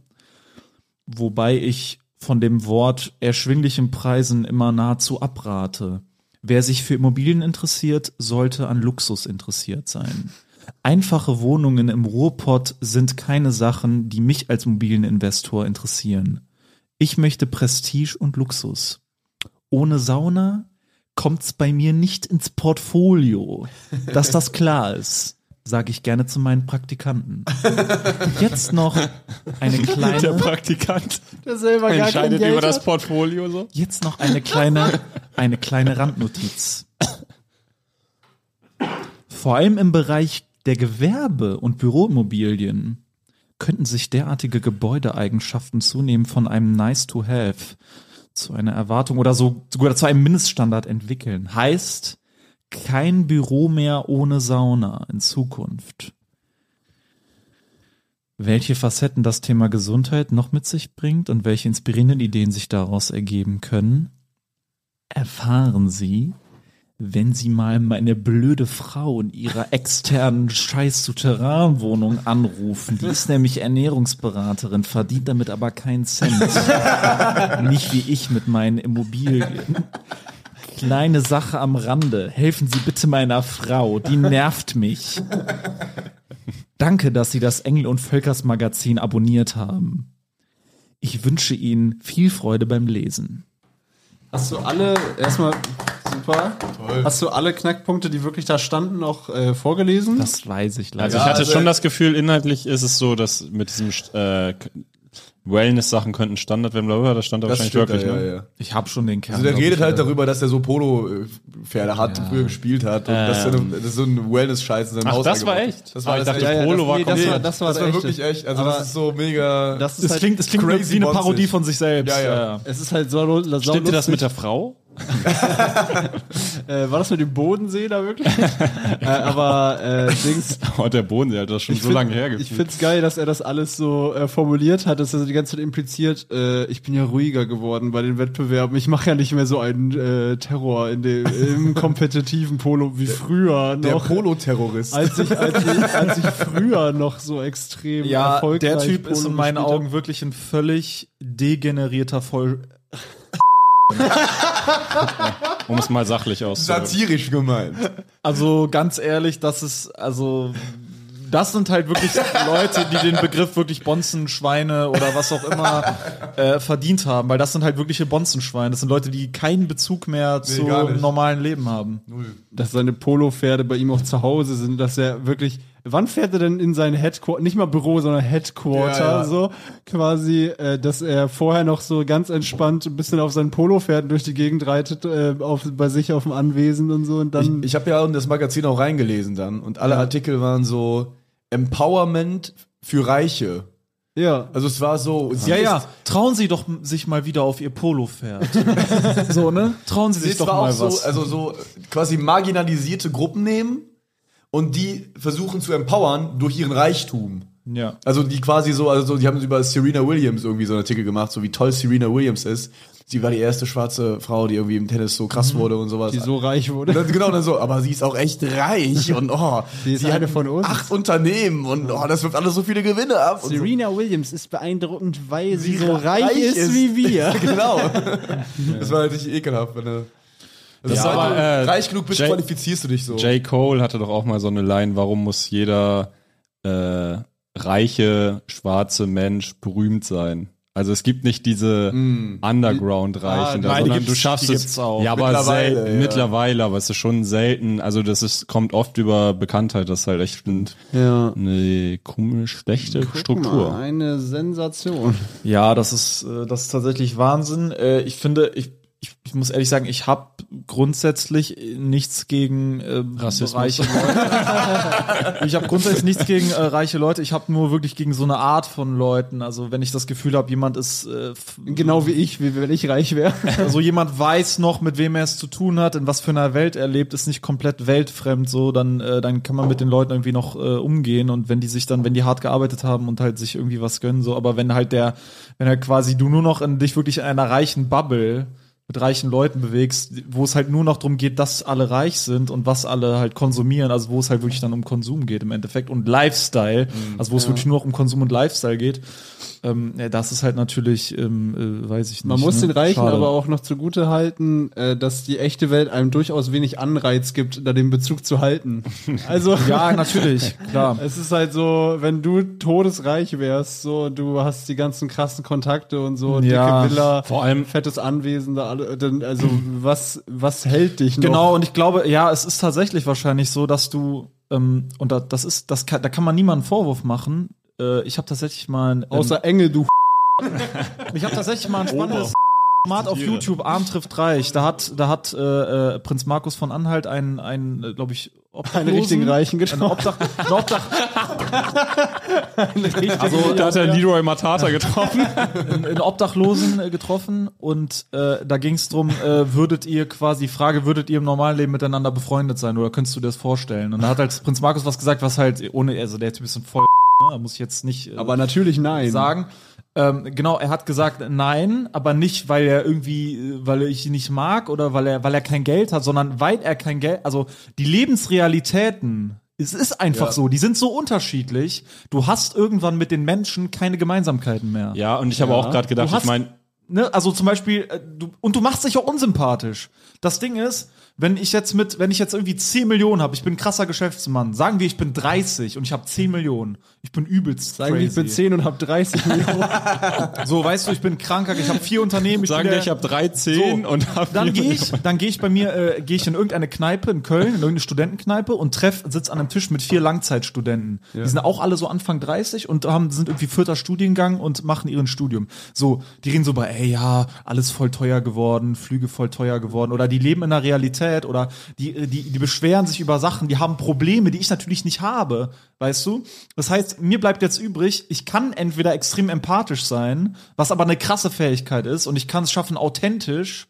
S4: wobei ich von dem Wort erschwinglichen Preisen immer nahezu abrate. Wer sich für Immobilien interessiert, sollte an Luxus interessiert sein. Einfache Wohnungen im Ruhrpott sind keine Sachen, die mich als Immobilieninvestor interessieren. Ich möchte Prestige und Luxus. Ohne Sauna kommt's bei mir nicht ins Portfolio. Dass das klar ist, sage ich gerne zu meinen Praktikanten. Jetzt noch eine
S3: Der
S4: kleine
S3: Praktikant
S2: Der selber gar kein
S3: entscheidet
S2: Geld
S3: über das
S2: hat.
S3: Portfolio so.
S4: Jetzt noch eine kleine, eine kleine Randnotiz. Vor allem im Bereich der Gewerbe- und Büroimmobilien könnten sich derartige Gebäudeeigenschaften zunehmend von einem Nice to Have zu einer Erwartung oder so, sogar zu einem Mindeststandard entwickeln. Heißt, kein Büro mehr ohne Sauna in Zukunft. Welche Facetten das Thema Gesundheit noch mit sich bringt und welche inspirierenden Ideen sich daraus ergeben können, erfahren Sie, wenn Sie mal meine blöde Frau in ihrer externen scheiß Souterrainwohnung anrufen. Die ist nämlich Ernährungsberaterin, verdient damit aber keinen Cent. Nicht wie ich mit meinen Immobilien. Kleine Sache am Rande. Helfen Sie bitte meiner Frau. Die nervt mich. Danke, dass Sie das Engel und Völkers Magazin abonniert haben. Ich wünsche Ihnen viel Freude beim Lesen.
S2: Hast du alle, erstmal super, hast du alle Knackpunkte, die wirklich da standen, auch äh, vorgelesen?
S4: Das weiß ich leider.
S3: Also ich hatte
S1: also-
S3: schon das Gefühl, inhaltlich ist es so, dass mit diesem äh, K- Wellness-Sachen könnten Standard werden, bla bla, bla, das stand da wahrscheinlich
S1: stimmt,
S3: wirklich.
S1: ja,
S3: ne?
S1: ja, ja.
S4: ich habe schon den Kern.
S1: Also der
S4: glaub
S1: redet
S4: ich,
S1: halt
S4: äh,
S1: darüber, dass er so Polo-Pferde hat, früher gespielt hat. Und das, ist so eine, das ist so ein Wellness-Scheiß in seinem
S3: Ach,
S1: Haus.
S3: das war
S1: eingebaut.
S3: echt.
S1: Das war
S3: Ah, ich
S1: das
S3: dachte,
S1: echt.
S2: ja,
S3: Polo
S2: das- nee,
S3: war
S2: das
S3: komplett.
S2: war- das war
S1: das war
S2: das
S1: wirklich
S2: echte.
S1: echt. Also
S2: Aber
S1: das ist so mega.
S2: Das ist
S4: Es
S2: halt,
S4: klingt, es klingt
S1: crazy
S4: wie eine
S1: bonzig.
S4: Parodie von sich selbst.
S1: Ja, ja.
S2: es ist halt so, so
S3: Stimmt dir das mit der Frau?
S2: Äh, war das mit dem Bodensee da wirklich? äh, aber äh, Dings,
S3: Oh, der Boden, der hat das schon so
S2: find-
S3: lange hergefühlt.
S2: Ich find's geil, dass er das alles so äh, formuliert hat, dass er die ganze Zeit impliziert, äh, ich bin ja ruhiger geworden bei den Wettbewerben. Ich mache ja nicht mehr so einen äh, Terror in dem, im kompetitiven Polo wie früher
S1: der
S2: noch.
S1: Polo-Terrorist.
S2: als ich, als, ich, als ich früher noch so extrem
S4: Ja,
S2: erfolgreich
S4: der Typ
S2: Polo
S4: ist in meinen
S2: gespielt hab.
S4: Augen wirklich ein völlig degenerierter Voll.
S3: um es mal sachlich auszudrücken.
S1: Satirisch gemeint.
S4: Also ganz ehrlich, das ist also das sind halt wirklich Leute, die den Begriff wirklich Bonzenschweine oder was auch immer äh, verdient haben, weil das sind halt wirkliche Bonzenschweine. Das sind Leute, die keinen Bezug mehr zu
S1: gar nicht.
S4: normalen Leben haben.
S2: dass seine Polo-Pferde bei ihm auch zu Hause sind, dass er wirklich. Wann fährt er denn in sein Headquarter, nicht mal Büro, sondern Headquarter,
S1: Ja, ja.
S2: so quasi, äh, dass er vorher noch so ganz entspannt ein bisschen auf seinen Polo-Pferden durch die Gegend reitet, äh, auf, bei sich auf dem Anwesen und so und dann.
S1: Ich, ich habe ja in das Magazin auch reingelesen dann und alle Artikel waren so Empowerment für Reiche.
S2: ja.
S1: Also es war so, sie
S4: Ja,
S1: ist-
S4: ja, trauen Sie doch sich mal wieder auf Ihr Polo-Pferd. so, ne? Trauen Sie
S1: sie
S4: sich
S1: ist
S4: doch
S1: war auch
S4: mal
S1: so,
S4: was.
S1: also so quasi marginalisierte Gruppen nehmen und die versuchen zu empowern durch ihren Reichtum.
S4: ja.
S1: Also die quasi so, also so, die haben über Serena Williams irgendwie so einen Artikel gemacht, so wie toll Serena Williams ist. Sie war die erste schwarze Frau, die irgendwie im Tennis Mhm. so krass wurde und sowas.
S2: die so reich
S1: Und
S2: wurde.
S1: dann, genau, dann so, aber sie ist auch echt reich und oh,
S2: Sie ist eine
S1: hat
S2: von uns.
S1: acht Unternehmen und oh, das wirft alles so viele Gewinne ab. und
S2: Serena Williams ist beeindruckend, weil sie, so
S1: reich
S2: reich ist,
S1: ist.
S2: wie wir.
S1: so. Genau. Das war halt nicht ekelhaft. Wenn du, also
S3: Ja,
S1: wenn
S3: aber,
S1: du
S3: äh,
S1: reich genug bist,
S3: Jay-
S1: qualifizierst du dich so.
S3: J. Cole hatte doch auch mal so eine Line, warum muss jeder äh, reiche, schwarze Mensch berühmt sein? Also es gibt nicht diese Underground-Reichen, da,
S4: nein, die
S3: sondern du
S4: gibt's-
S3: schaffst
S4: die
S3: es.
S4: gibt's auch.
S3: Ja, aber
S1: Mittlerweile,
S3: mittlerweile,
S1: ja.
S3: mittlerweile, aber es ist schon selten. Also das ist, kommt oft über Bekanntheit, das ist halt echt ein,
S2: Ja.
S3: eine komisch schlechte Struktur.
S2: Eine Sensation.
S4: Ja, das ist, äh, das ist tatsächlich Wahnsinn. Äh, Ich finde, ich, ich, ich muss ehrlich sagen, ich habe grundsätzlich äh, nichts gegen äh, reiche Leute. ich habe grundsätzlich nichts gegen äh, reiche Leute. Ich habe nur wirklich gegen so eine Art von Leuten. Also wenn ich das Gefühl habe, jemand ist äh, f-
S2: Genau wie ich, wie wenn ich reich wäre.
S4: also jemand weiß noch, mit wem er es zu tun hat, in was für einer Welt er lebt, ist nicht komplett weltfremd so, dann, äh, dann kann man mit den Leuten irgendwie noch äh, umgehen und wenn die sich dann, wenn die hart gearbeitet haben und halt sich irgendwie was gönnen, so, aber wenn halt der, wenn halt quasi du nur noch in dich wirklich in einer reichen Bubble mit reichen Leuten bewegst, wo es halt nur noch darum geht, dass alle reich sind und was alle halt konsumieren, also wo es halt wirklich dann um Konsum geht im Endeffekt und Lifestyle, also wo es wirklich nur noch um Konsum und Lifestyle geht, ähm, ja, das ist halt natürlich, ähm, äh, weiß ich nicht.
S2: Man muss
S4: ne?
S2: den Reichen
S4: Schade.
S2: aber auch noch zugute halten, äh, dass die echte Welt einem durchaus wenig Anreiz gibt, da den Bezug zu halten. Also
S4: Ja, natürlich, klar.
S2: es ist halt so, wenn du todesreich wärst, so und du hast die ganzen krassen Kontakte und so,
S4: Ja.
S2: dicke Villa,
S3: Vor allem-
S2: fettes Anwesen, da alle, dann, also was was hält dich noch?
S4: Genau, und ich glaube, ja, es ist tatsächlich wahrscheinlich so, dass du, ähm, und da, das ist, das kann, da kann man niemanden Vorwurf machen. Äh, ich habe tatsächlich mal ein, ähm,
S2: Außer Engel, du.
S4: ich habe tatsächlich mal ein spannendes
S2: Oh.
S4: Format auf YouTube, Arm trifft Reich. Da hat, da hat äh, äh, Prinz Markus von Anhalt einen, einen glaube ich,
S2: Einen richtigen Reichen genau.
S3: Genau.
S2: getroffen.
S4: Obdach, einen Obdach,
S3: Also da hat er Leroy Matata getroffen.
S4: einen Obdachlosen äh, getroffen und äh, da ging es drum, äh, würdet ihr quasi, Frage, würdet ihr im normalen Leben miteinander befreundet sein oder könntest du dir das vorstellen? Und da hat halt Prinz Markus was gesagt, was halt ohne, also der Typ ist ein voll ne? muss ich jetzt nicht äh,
S2: Aber natürlich nein.
S4: sagen. Ähm, genau, er hat gesagt nein, aber nicht, weil er irgendwie, äh, weil er ich ihn nicht mag oder weil er, weil er kein Geld hat, sondern weil er kein Geld, also die Lebensrealitäten, es ist einfach so, die sind so unterschiedlich. Du hast irgendwann mit den Menschen keine Gemeinsamkeiten mehr.
S3: Ja, und ich habe auch gerade gedacht,
S4: Du hast-
S3: ich meine,
S4: Ne? Also zum Beispiel, äh, du, und du machst dich auch unsympathisch. Das Ding ist, wenn ich jetzt mit, wenn ich jetzt irgendwie 10 Millionen habe, ich bin ein krasser Geschäftsmann, sagen wir, ich bin 30 und ich habe 10 Millionen. Ich bin übelst
S2: Sagen wir, ich bin 10 und hab 30 Millionen.
S4: So, weißt du, ich bin kranker, ich habe vier Unternehmen. Ich
S3: sagen
S4: bin der-
S3: wir, ich habe 13
S4: So,
S3: und habe
S4: dann gehe ich, dann gehe ich bei mir, äh, gehe ich in irgendeine Kneipe in Köln, in irgendeine Studentenkneipe und treff, sitz an einem Tisch mit vier Langzeitstudenten. Die sind auch alle so Anfang 30 und haben, sind irgendwie vierter Studiengang und machen ihren Studium. So, die reden so bei, ey ja, alles voll teuer geworden, Flüge voll teuer geworden oder die leben in der Realität oder die, äh, die, die beschweren sich über Sachen, die haben Probleme, die ich natürlich nicht habe, weißt du? Das heißt, mir bleibt jetzt übrig, ich kann entweder extrem empathisch sein, was aber eine krasse Fähigkeit ist und ich kann es schaffen, authentisch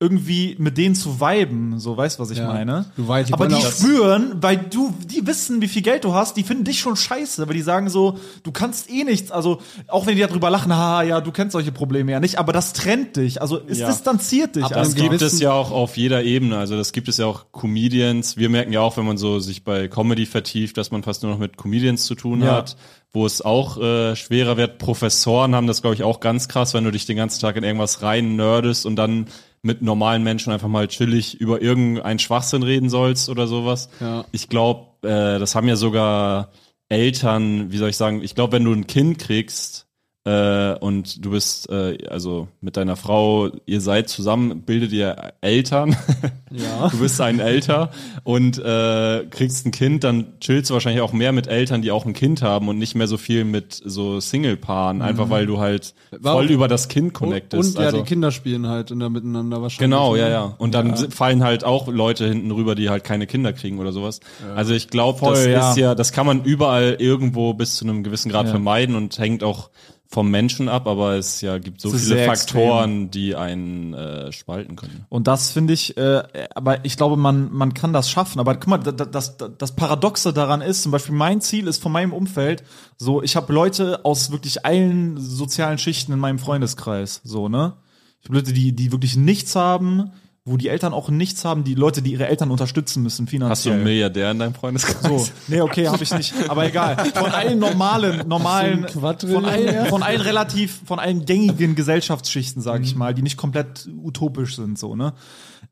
S4: irgendwie mit denen zu viben, so weißt du, was ich meine.
S2: Du weißt, die
S4: aber
S2: wollen
S4: die
S2: auch-
S4: spüren, weil du, die wissen, wie viel Geld du hast, die finden dich schon scheiße, weil die sagen so, du kannst eh nichts, also auch wenn die darüber lachen, haha, ja, du kennst solche Probleme ja nicht, aber das trennt dich, also es
S3: Ja.
S4: distanziert dich.
S3: Das
S4: Also,
S3: gibt es
S2: gewissen-
S3: ja auch auf jeder Ebene. Also das gibt es ja auch Comedians. Wir merken ja auch, wenn man so sich bei Comedy vertieft, dass man fast nur noch mit Comedians zu tun hat, wo es auch äh, schwerer wird. Professoren haben das, glaube ich, auch ganz krass, wenn du dich den ganzen Tag in irgendwas rein nerdest und dann mit normalen Menschen einfach mal chillig über irgendeinen Schwachsinn reden sollst oder sowas.
S2: Ja.
S3: Ich glaube, äh, das haben ja sogar Eltern, wie soll ich sagen, ich glaube, wenn du ein Kind kriegst, äh, und du bist äh, also mit deiner Frau, ihr seid zusammen, bildet ihr Eltern. Ja. Du bist ein Elter und äh, kriegst ein Kind, dann chillst du wahrscheinlich auch mehr mit Eltern, die auch ein Kind haben und nicht mehr so viel mit so Single-Paaren, einfach weil du halt
S2: Mhm. Warum?
S3: voll über das Kind
S2: Und,
S3: connectest.
S2: ja,
S3: also,
S2: die Kinder spielen halt in der miteinander wahrscheinlich.
S3: Genau, ja,
S2: ne?
S3: ja. Und dann si- fallen halt auch Leute hinten rüber, die halt keine Kinder kriegen oder sowas. Also ich glaube, das
S4: ja.
S3: ist ja, das kann man überall irgendwo bis zu einem gewissen Grad vermeiden und hängt auch vom Menschen ab, aber es ja gibt so
S4: Es ist
S3: viele
S4: sehr
S3: Faktoren, die einen äh, spalten können.
S4: und das finde ich, äh, aber ich glaube, man, man kann das schaffen. Aber guck mal, da- da- das, das, das Paradoxe daran ist, zum Beispiel mein Ziel ist von meinem Umfeld, so, ich habe Leute aus wirklich allen sozialen Schichten in meinem Freundeskreis, so, ne? Ich habe Leute, die, die wirklich nichts haben, wo die Eltern auch nichts haben, die Leute, die ihre Eltern unterstützen müssen finanziell.
S3: Hast du einen Milliardär in deinem Freundeskreis?
S4: So, nee, okay, habe ich nicht. Aber egal. Von allen normalen, normalen,
S2: So ein Quadrillionär.
S4: von allen, von allen relativ, von allen gängigen Gesellschaftsschichten, sage
S3: Mhm.
S4: ich mal, die nicht komplett utopisch sind, so ne.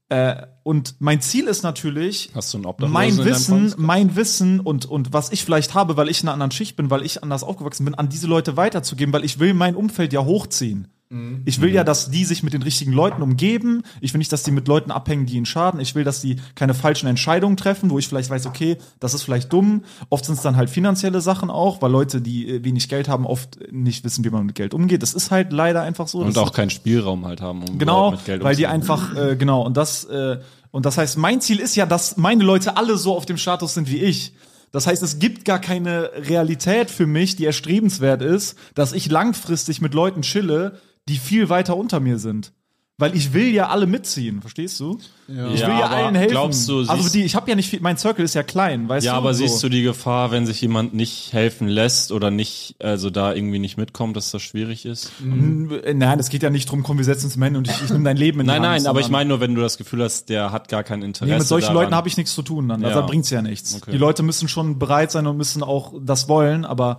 S4: Äh, und mein Ziel ist natürlich,
S3: Hast du einen Obdachlosen in
S4: mein
S3: deinem
S4: Wissen,
S3: Freundeskreis?
S4: mein Wissen und und was ich vielleicht habe, weil ich in einer anderen Schicht bin, weil ich anders aufgewachsen bin, an diese Leute weiterzugeben, weil ich will mein Umfeld ja hochziehen.
S3: Mhm.
S4: Ich will ja, dass die sich mit den richtigen Leuten umgeben. Ich will nicht, dass die mit Leuten abhängen, die ihnen schaden. Ich will, dass die keine falschen Entscheidungen treffen, wo ich vielleicht weiß, okay, das ist vielleicht dumm. Oft sind es dann halt finanzielle Sachen auch, weil Leute, die äh, wenig Geld haben, oft nicht wissen, wie man mit Geld umgeht. Das ist halt leider einfach so.
S3: Und
S4: Das-
S3: auch keinen Spielraum halt haben, um
S4: genau,
S3: überhaupt mit Geld
S4: weil die
S3: umzugehen.
S4: einfach äh, genau und das äh, und das heißt, mein Ziel ist ja, dass meine Leute alle so auf dem Status sind wie ich. Das heißt, es gibt gar keine Realität für mich, die erstrebenswert ist, dass ich langfristig mit Leuten chille, die viel weiter unter mir sind. Weil ich will ja alle mitziehen, verstehst du? Ich will ja,
S3: aber
S4: allen helfen.
S3: Glaubst du,
S4: also
S3: siehst-
S4: die, ich habe ja nicht viel, mein Circle ist ja klein, weißt
S3: Ja,
S4: du?
S3: aber
S4: so.
S3: siehst du die Gefahr, wenn sich jemand nicht helfen lässt oder nicht, also da irgendwie nicht mitkommt, dass das schwierig ist?
S4: Nein, es geht ja nicht drum, komm, wir setzen uns im Hand und ich, ich nehme dein Leben in die
S3: Nein,
S4: Hand.
S3: nein, aber ich
S4: sondern-
S3: meine nur, wenn du das Gefühl hast, der hat gar kein Interesse.
S4: Nee, mit solchen
S3: daran.
S4: Leuten habe ich nichts zu tun dann. Also
S3: Ja.
S4: da bringt's ja nichts.
S3: Okay.
S4: Die Leute müssen schon bereit sein und müssen auch das wollen, aber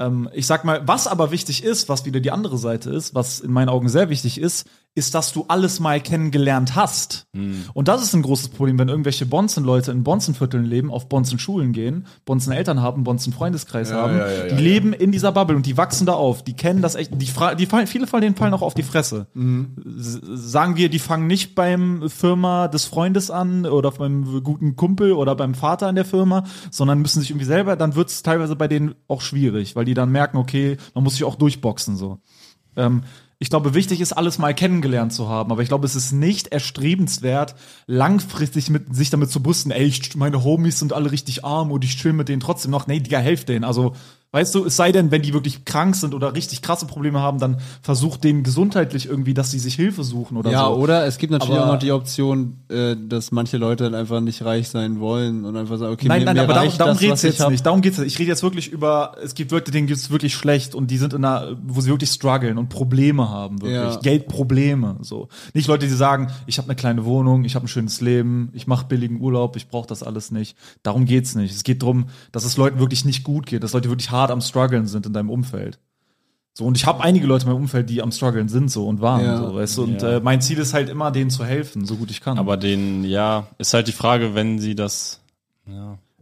S4: ähm, ich sag mal, was aber wichtig ist, was wieder die andere Seite ist, was in meinen Augen sehr wichtig ist, ist, dass du alles mal kennengelernt hast.
S3: Hm.
S4: Und das ist ein großes Problem, wenn irgendwelche Bonzen-Leute in Bonzenvierteln leben, auf Bonzen-Schulen gehen, Bonzen-Eltern haben, Bonzen-Freundeskreis haben.
S1: ja, ja,
S4: die
S1: ja,
S4: leben in dieser Bubble und die wachsen da auf. Die kennen das echt. Die, fra- die fallen, viele von denen fallen auch auf die Fresse
S1: Mhm.
S4: s- sagen wir, die fangen nicht beim Firma des Freundes an oder beim guten Kumpel oder beim Vater in der Firma, sondern müssen sich irgendwie selber, dann wird es teilweise bei denen auch schwierig, weil die dann merken, okay, man muss sich auch durchboxen so. Ähm, ich glaube, wichtig ist, alles mal kennengelernt zu haben, aber ich glaube, es ist nicht erstrebenswert, langfristig mit sich damit zu brüsten, ey, ich, meine Homies sind alle richtig arm und ich chill mit denen trotzdem noch. Nee, Digga, helft denen. Also Weißt du, es sei denn, wenn die wirklich krank sind oder richtig krasse Probleme haben, dann versucht denen gesundheitlich irgendwie, dass sie sich Hilfe suchen oder
S2: Ja,
S4: so.
S2: oder es gibt natürlich
S4: Also, Aber-
S2: auch noch die Option, äh, dass manche Leute dann einfach nicht reich sein wollen und einfach sagen, okay,
S4: Nein, nein, aber darum,
S2: reicht
S4: darum
S2: das,
S4: geht's
S2: was ich
S4: jetzt
S2: hab.
S4: nicht. Darum geht's jetzt. Ich rede jetzt wirklich über, es gibt Leute, denen geht's wirklich schlecht und die sind in einer, wo sie wirklich strugglen und Probleme haben, wirklich.
S2: Ja.
S4: Geldprobleme, so. Nicht Leute, die sagen, ich habe eine kleine Wohnung, ich habe ein schönes Leben, ich mache billigen Urlaub, ich brauche das alles nicht. Darum geht's nicht. Es geht darum, dass es Leuten wirklich nicht gut geht, dass Leute wirklich hart am struggeln sind in deinem Umfeld. So, und ich habe einige Leute in meinem Umfeld, die am struggeln sind so und waren
S2: Ja.
S4: so, weißt du. Und äh, mein Ziel ist halt immer, denen zu helfen, so gut ich kann.
S3: Aber den, ja, ist halt die Frage, wenn sie das.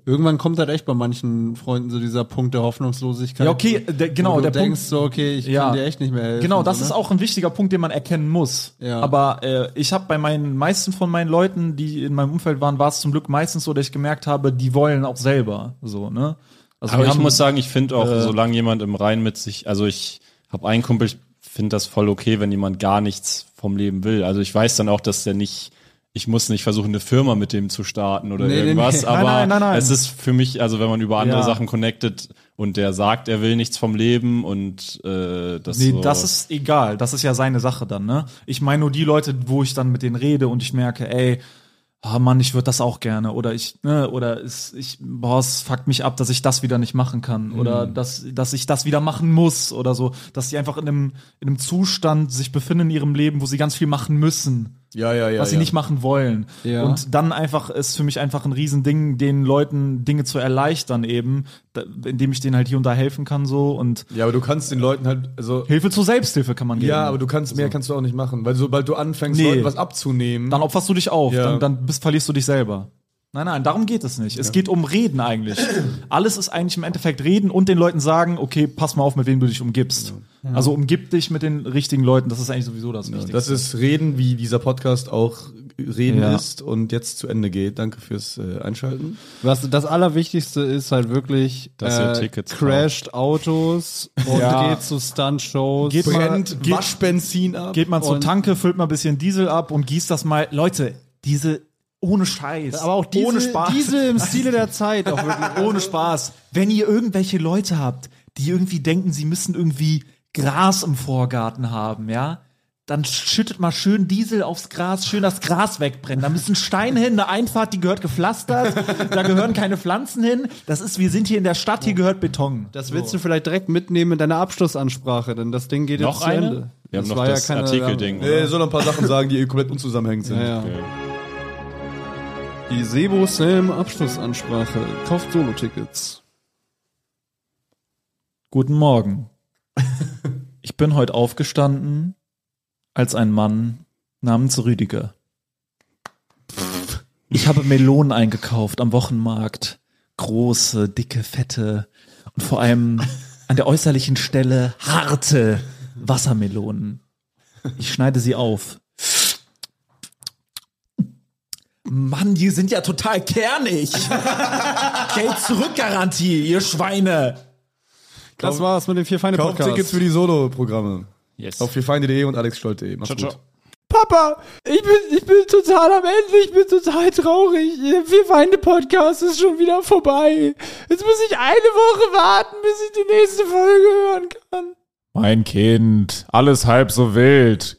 S2: Irgendwann kommt halt echt bei manchen Freunden so dieser Punkt der Hoffnungslosigkeit.
S4: ja, okay, der, genau,
S2: wo du
S4: der
S2: denkst
S4: Punkt.
S2: so, okay, ich
S4: Ja.
S2: kann dir echt nicht mehr helfen.
S4: Genau, das
S2: so,
S4: ist
S2: ne?
S4: auch ein wichtiger Punkt, den man erkennen muss.
S2: Ja.
S4: Aber äh, ich habe bei meinen meisten von meinen Leuten, die in meinem Umfeld waren, war es zum Glück meistens so, dass ich gemerkt habe, die wollen auch selber. So, ne? Also
S3: Aber
S4: wir
S3: ich
S4: haben-
S3: muss sagen, ich finde auch,
S4: äh,
S3: solange jemand im Rein mit sich, also ich habe einen Kumpel, ich finde das voll okay, wenn jemand gar nichts vom Leben will. Also ich weiß dann auch, dass der nicht, ich muss nicht versuchen, eine Firma mit dem zu starten oder
S2: Nee, nee,
S3: irgendwas.
S2: nee.
S3: Aber
S4: Nein, nein, nein, nein.
S3: es ist für mich, also wenn man über andere
S4: Ja.
S3: Sachen connectet und der sagt, er will nichts vom Leben und äh, das
S4: Nee,
S3: so,
S4: das ist egal. Das ist ja seine Sache dann, ne? Ich meine nur die Leute, wo ich dann mit denen rede und ich merke, ey, ah Mann, ich würde das auch gerne. Oder ich, ne, oder es, ich, boah, es fuckt mich ab, dass ich das wieder nicht machen kann.
S1: Mhm.
S4: Oder dass, dass ich das wieder machen muss oder so. Dass sie einfach in einem, in einem Zustand sich befinden in ihrem Leben, wo sie ganz viel machen müssen.
S1: Ja, ja, ja.
S4: was sie
S1: ja.
S4: nicht machen wollen.
S2: Ja.
S4: Und dann einfach ist für mich einfach ein Riesending, den Leuten Dinge zu erleichtern eben, da, indem ich denen halt hier und da helfen kann so und
S1: Ja, aber du kannst den Leuten halt, also.
S4: Hilfe zur Selbsthilfe kann man geben.
S1: Ja, aber du kannst, mehr kannst du auch nicht machen. Weil sobald du anfängst,
S4: Nee.
S1: Leuten was abzunehmen.
S4: dann opferst du dich auf,
S1: Ja.
S4: dann, dann bist, verlierst du dich selber. Nein, nein, darum geht es nicht. Es geht um Reden eigentlich. Alles ist eigentlich im Endeffekt Reden und den Leuten sagen, okay, pass mal auf, mit wem du dich umgibst. Also umgib dich mit den richtigen Leuten, das ist eigentlich sowieso das Wichtigste.
S1: das ist Reden, wie dieser Podcast auch Reden
S4: Ja.
S1: ist und jetzt zu Ende geht. Danke fürs äh, Einschalten.
S2: Was, das Allerwichtigste ist halt wirklich, äh,
S3: Dass ihr Tickets
S2: crasht Autos und
S4: Ja.
S2: geht zu Stunt-Shows.
S4: Geht mal- geht-
S1: Waschbenzin ab.
S4: Geht mal zur
S2: Und-
S4: Tanke, füllt mal ein bisschen Diesel ab und gießt das mal. Leute, diese ohne Scheiß.
S2: aber auch Diesel,
S4: ohne Spaß.
S2: Diesel im Stile der Zeit. Auch wirklich.
S4: Ohne Spaß. Wenn ihr irgendwelche Leute habt, die irgendwie denken, sie müssen irgendwie Gras im Vorgarten haben, ja? Dann schüttet mal schön Diesel aufs Gras, schön das Gras wegbrennen. Da müssen Steine hin, eine Einfahrt, die gehört gepflastert, da gehören keine Pflanzen hin. Das ist, wir sind hier in der Stadt, hier gehört Beton.
S2: Das willst du vielleicht direkt mitnehmen in deine Abschlussansprache, denn das Ding geht
S3: noch
S2: jetzt
S3: eine.
S2: zu Ende.
S3: Wir
S2: Das
S3: haben noch
S2: war ja
S3: das
S2: keine
S3: Artikelding.
S1: Äh, soll noch ein paar Sachen sagen, die komplett unzusammenhängend sind.
S2: Ja, ja. Die Sebo Sam Abschlussansprache. Kauft Solo-Tickets.
S4: Guten Morgen. Ich bin heute aufgestanden als ein Mann namens Rüdiger. Ich habe Melonen eingekauft am Wochenmarkt. Große, dicke, fette und vor allem an der äußerlichen Stelle harte Wassermelonen. Ich schneide sie auf. Mann, die sind ja total kernig. Geld zurück Garantie, ihr Schweine.
S2: Das war's mit dem vier feine
S1: Kauft
S2: Podcast.
S1: Tickets für die Solo-Programme.
S3: Yes.
S1: Auf vierfeinde.de E und alexscholl.de. Macht's
S3: Ciao,
S1: gut.
S3: ciao.
S8: Papa, ich bin, ich bin total am Ende, ich bin total traurig. Der Wir Feinde Podcast ist schon wieder vorbei. Jetzt muss ich eine Woche warten, bis ich die nächste Folge hören kann.
S5: Mein Kind, alles halb so wild.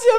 S8: ist ja